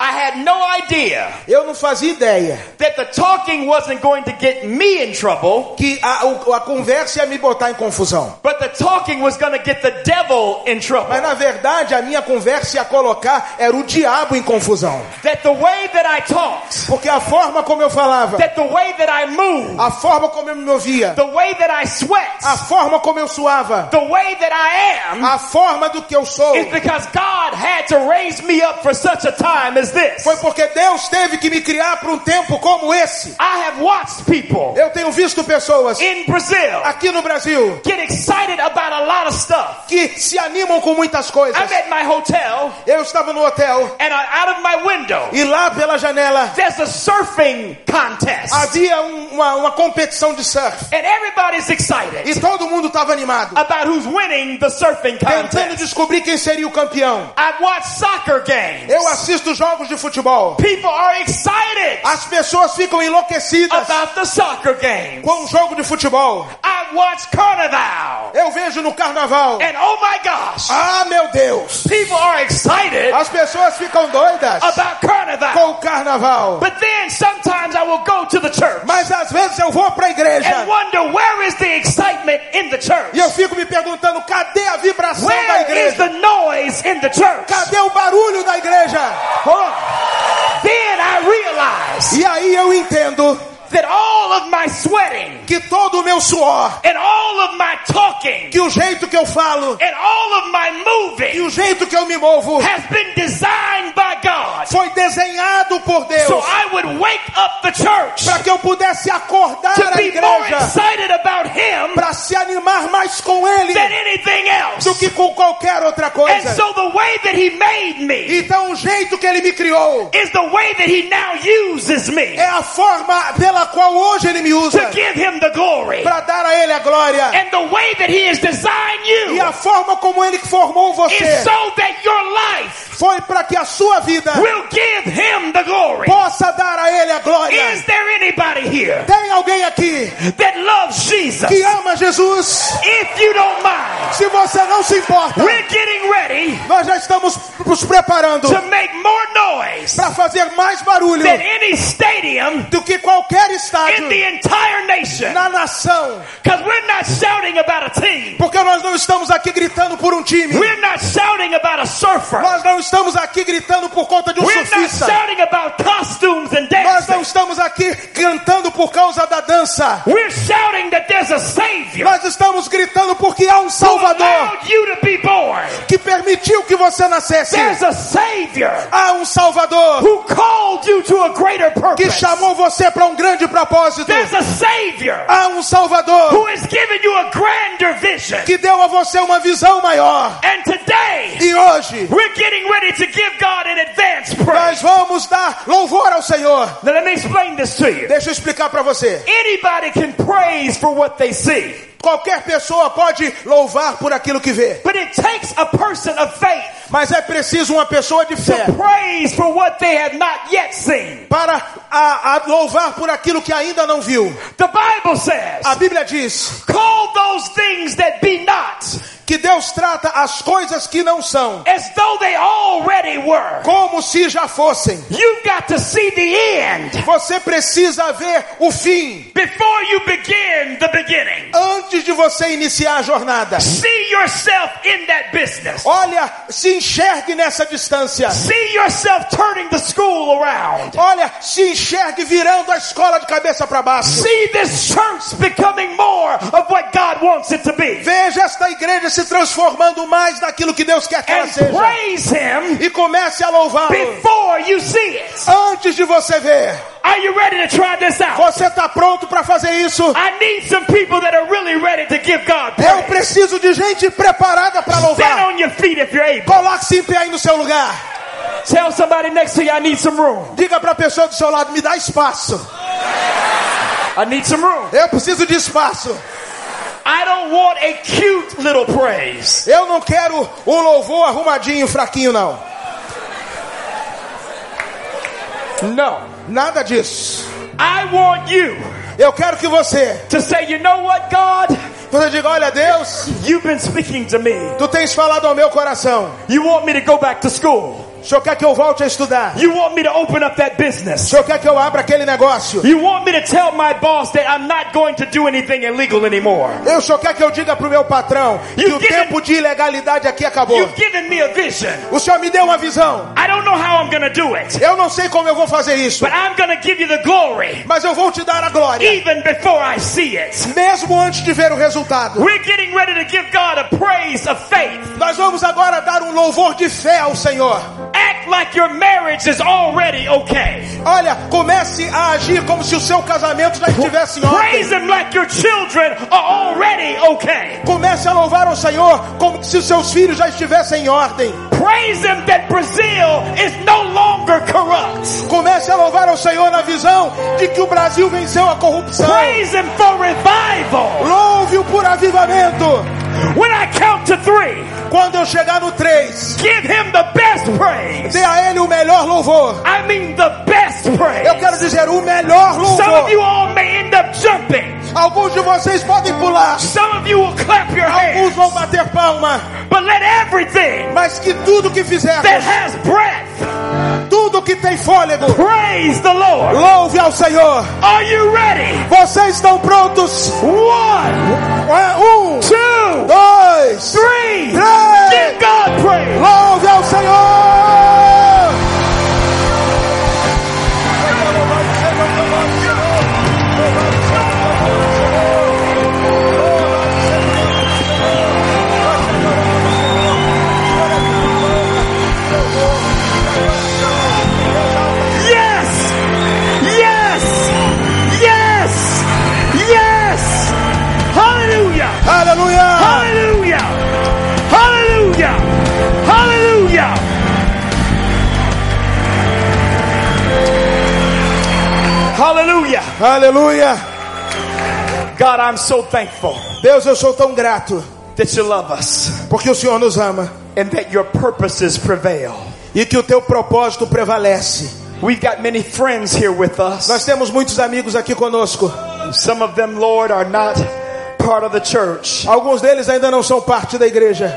S1: I had no idea
S2: Eu não fazia ideia
S1: that the talking wasn't going to get me in trouble,
S2: que a, o- a conversa ia me botar em confusão.
S1: but the talking was going to get the devil in trouble.
S2: Mas na verdade a minha conversa ia colocar era o diabo em confusão.
S1: That the way that I talked,
S2: Porque a forma como eu falava,
S1: that the way that I moved,
S2: a forma como eu me movia,
S1: the way that I
S2: a
S1: sweat,
S2: forma como eu suava,
S1: the way that I am,
S2: a forma do que eu sou,
S1: is because God had to raise me up for such a time as this.
S2: foi porque Deus teve que me criar para um tempo como esse.
S1: I have watched people
S2: Eu tenho visto pessoas
S1: in Brazil
S2: aqui no Brasil
S1: get excited about a lot of stuff.
S2: que se animam com muitas coisas.
S1: I'm at my hotel
S2: Eu estava no hotel
S1: and I, out of my window,
S2: e lá pela janela
S1: there's a surfing contest.
S2: havia um- uma, uma competição de surf.
S1: And everybody's excited
S2: E todo mundo estava animado,
S1: about who's winning the surfing
S2: tentando
S1: contest.
S2: descobrir quem seria o campeão.
S1: I watch soccer games.
S2: Eu assisto jogos de futebol.
S1: People are excited
S2: As pessoas ficam enlouquecidas
S1: about the soccer games.
S2: com o jogo de futebol.
S1: I watch Carnival.
S2: Eu vejo no carnaval.
S1: And oh my gosh,
S2: Ah, meu Deus!
S1: people are excited
S2: As pessoas ficam doidas
S1: about
S2: com
S1: Carnival.
S2: o carnaval.
S1: But then sometimes I will go to the church
S2: Mas às vezes eu vou para a igreja
S1: and wonder where is the excitement in the church?
S2: e eu fico me perguntando: cadê a vibração da
S1: Where is
S2: igreja?
S1: the noise in the church?
S2: Cadê o barulho da igreja?
S1: Then I realize
S2: E aí eu entendo
S1: that all of my sweating
S2: que todo o meu suor,
S1: and all of my talking
S2: que o jeito que eu falo,
S1: and all of my
S2: e
S1: moving
S2: o jeito que eu me movo,
S1: has been designed by God.
S2: foi desenhado por
S1: So
S2: Deus
S1: I would wake up the church
S2: para que eu pudesse acordar
S1: to
S2: a
S1: be more
S2: igreja
S1: excited about Him
S2: para se animar mais com ele
S1: than anything
S2: do
S1: else.
S2: que com qualquer outra
S1: And
S2: coisa.
S1: so the way that He made me
S2: Então o jeito que ele me criou
S1: is the way that He now uses me
S2: é a forma pela qual hoje ele me usa
S1: to give Him the glory.
S2: para dar a ele a glória.
S1: And the way that He has designed
S2: E
S1: you
S2: a forma como ele formou
S1: is
S2: você
S3: It's
S1: so that your life
S2: foi para que a sua vida
S1: will give Him the glory.
S2: possa dar a ele a glória.
S1: Is there anybody here
S2: Tem alguém aqui
S1: that loves Jesus?
S2: que ama Jesus?
S1: If you don't mind,
S2: Se você não se importa,
S1: we're getting ready
S2: nós já estamos nos preparando
S1: to make more noise
S2: para fazer mais barulho
S1: than any stadium
S2: do que qualquer
S1: in
S2: estádio
S1: the entire nation.
S2: na nação.
S1: Because we're not shouting about a team.
S2: Porque nós não estamos aqui gritando por um time.
S1: We're not shouting about a surfer.
S2: Nós não estamos aqui gritando por conta de um
S1: We're not
S2: surfista.
S1: shouting about costumes and
S2: Nós não
S1: dancing.
S2: estamos aqui cantando por causa da dança.
S1: We're shouting that there's a Savior
S2: Nós estamos gritando porque há um
S1: who
S2: Salvador
S1: allowed you to be born.
S2: que permitiu que você nascesse.
S1: There's a Savior
S2: Há um Salvador
S1: who called you to a greater
S2: que
S1: purpose.
S2: chamou você para um grande propósito.
S1: There's a Savior
S2: Há um Salvador
S1: who has given you a grander vision.
S2: que deu a você uma visão maior.
S1: And today,
S2: E hoje
S1: we're getting ready to give God an advance
S2: nós
S1: praise.
S2: vamos dar louvor ao Senhor.
S1: Now, let me explain this to you.
S2: Deixa eu explicar para você.
S1: Anybody can praise for what they see,
S2: Qualquer pessoa pode louvar por aquilo que vê,
S1: but it takes a person of faith
S2: mas é preciso uma pessoa de fé.
S1: to praise for what they have not yet seen.
S2: para a, a louvar por aquilo que ainda não viu.
S1: The Bible says,
S2: A Bíblia diz
S1: Call those things that be not
S2: que Deus trata as coisas que não são
S1: as though they already were.
S2: como se já fossem.
S1: You've got to see the end
S2: Você precisa ver o fim
S1: before you begin the beginning.
S2: antes de você iniciar a jornada.
S1: See yourself in that business.
S2: Olha, se enxergue nessa distância.
S1: See yourself turning the school
S4: fool around.
S2: Olha, se enxergue virando a escola de cabeça para baixo.
S1: See this church becoming more of what God wants it to be.
S2: Veja esta igreja se transformando mais naquilo que Deus quer que ela
S1: And
S2: seja.
S1: praise Him
S2: E comece a louvá-lo
S1: before you see it.
S2: antes de você ver.
S1: Are you ready to try this out?
S2: Você está pronto para fazer isso?
S1: I need some people that are really ready to give God
S2: Eu
S1: praise.
S2: preciso de gente preparada para
S1: Stand
S2: louvar.
S1: on your feet if you're able.
S2: Coloque-se em pé aí no seu lugar.
S1: Tell somebody next to you, I need some room.
S2: Diga para a pessoa do seu lado: me dá espaço.
S1: I need some room.
S2: Eu preciso de espaço.
S1: I don't want a cute little praise.
S2: Eu não quero um louvor arrumadinho, fraquinho, não.
S1: No.
S2: Nada disso.
S1: I want you
S2: Eu quero que você,
S1: to say, you know what, God?
S2: você diga: olha, Deus,
S1: You've been speaking to me.
S2: tu tens falado ao meu coração.
S1: You want me to go back to school.
S2: O senhor quer que eu volte a estudar.
S1: You want me to open up that
S2: O
S1: business.
S2: senhor quer que eu abra aquele negócio.
S1: You want me to tell my boss that I'm not going to do anything illegal anymore.
S2: Eu só quer que eu diga pro meu patrão que
S1: You
S2: o
S1: get it.
S2: tempo de ilegalidade aqui acabou.
S1: You've given me a vision.
S2: O senhor me deu uma visão.
S1: I don't know how I'm going to do it,
S2: Eu não sei como eu vou fazer isso,
S1: but I'm going to give you the glory
S2: mas eu vou te dar a glória.
S1: even before I see it.
S2: Mesmo antes de ver o resultado,
S1: We're getting ready to give God a praise of faith.
S2: nós vamos agora dar um louvor de fé ao Senhor.
S1: Act like your marriage is already okay.
S2: Olha, comece a agir como se o seu casamento já estivesse em
S1: Praise
S2: ordem.
S1: Him like your children are already okay.
S2: Comece a louvar ao Senhor como se os seus filhos já estivessem em ordem.
S1: Praise Him that Brazil is no longer corrupt.
S2: Comece a louvar ao Senhor na visão de que o Brasil venceu a corrupção.
S1: Praise Him for revival.
S2: Louve-o por avivamento.
S1: When I count to three,
S2: Quando eu chegar no 3,
S1: give Him the best praise.
S2: dê a ele o melhor louvor.
S1: I mean, the best
S2: Eu
S1: praise.
S2: quero dizer o melhor
S1: Some of you
S2: louvor.
S1: all may end up jumping.
S2: Alguns de vocês podem pular,
S1: Some of you will clap your
S2: alguns
S1: hands,
S2: vão bater palma,
S1: but let everything
S2: mas que tudo que
S1: that
S2: fizermos,
S1: has breath
S2: tudo que tem fôlego,
S1: praise the Lord.
S2: louve ao Senor.
S1: Are you ready?
S2: Vocês estão prontos?
S1: One,
S2: Um,
S1: two,
S2: dois,
S1: three.
S2: Praise.
S1: Give God praise.
S2: louve ao Senhor.
S1: Yes, yes, yes, yes. Hallelujah,
S2: Aleluia!
S1: hallelujah, hallelujah, hallelujah. Hallelujah.
S2: Aleluia!
S1: God, I'm so thankful.
S2: Deus, eu sou tão grato
S1: that you love us
S2: porque o Senhor nos ama
S1: and that your purposes prevail.
S2: e que o teu propósito prevalece.
S1: We've got many friends here with
S2: Nós
S1: us.
S2: temos muitos amigos aqui conosco.
S1: Some of them, Lord, are not part of the church.
S2: Alguns deles ainda não são parte da igreja.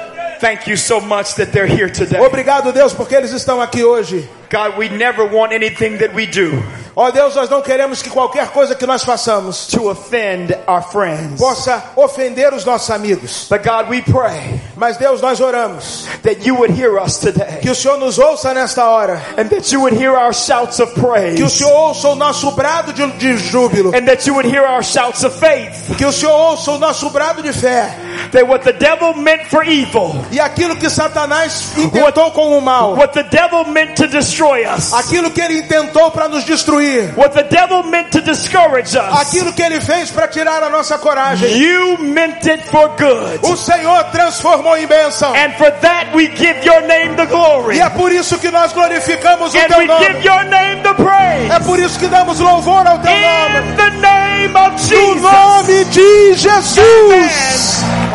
S1: Thank you so much that they're here today.
S2: Obrigado, Deus, porque eles estão aqui hoje.
S1: God, we never want anything that we do
S2: Ó Deus, nós não queremos que qualquer coisa que nós façamos
S1: to offend our friends.
S2: possa ofender os nossos amigos.
S1: But God, we pray
S2: Mas Deus, nós oramos
S1: that you would hear us today
S2: que o Senhor nos ouça nesta hora,
S1: and that you would hear our shouts of
S2: que o
S1: praise
S2: Senhor ouça o nosso brado de, de júbilo,
S1: and that you would hear our shouts of faith.
S2: que o Senhor ouça o nosso brado de fé
S1: That what the devil meant for evil,
S2: e aquilo que Satanás intentou com o mal,
S1: what the devil meant to destroy us,
S2: aquilo que ele intentou para nos destruir,
S1: what the devil meant to discourage us.
S2: aquilo que ele fez para tirar a nossa coragem.
S1: You meant it for good.
S2: O Senhor transformou em bênção.
S1: And for that we give your name the glory.
S2: E é por isso que nós glorificamos o
S1: And
S2: teu
S1: we give
S2: nome.
S1: your name the praise.
S2: É por isso que damos louvor ao teu nome.
S1: In the name of
S2: No
S1: Jesus.
S2: nome de Jesus.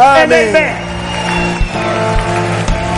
S1: And amen.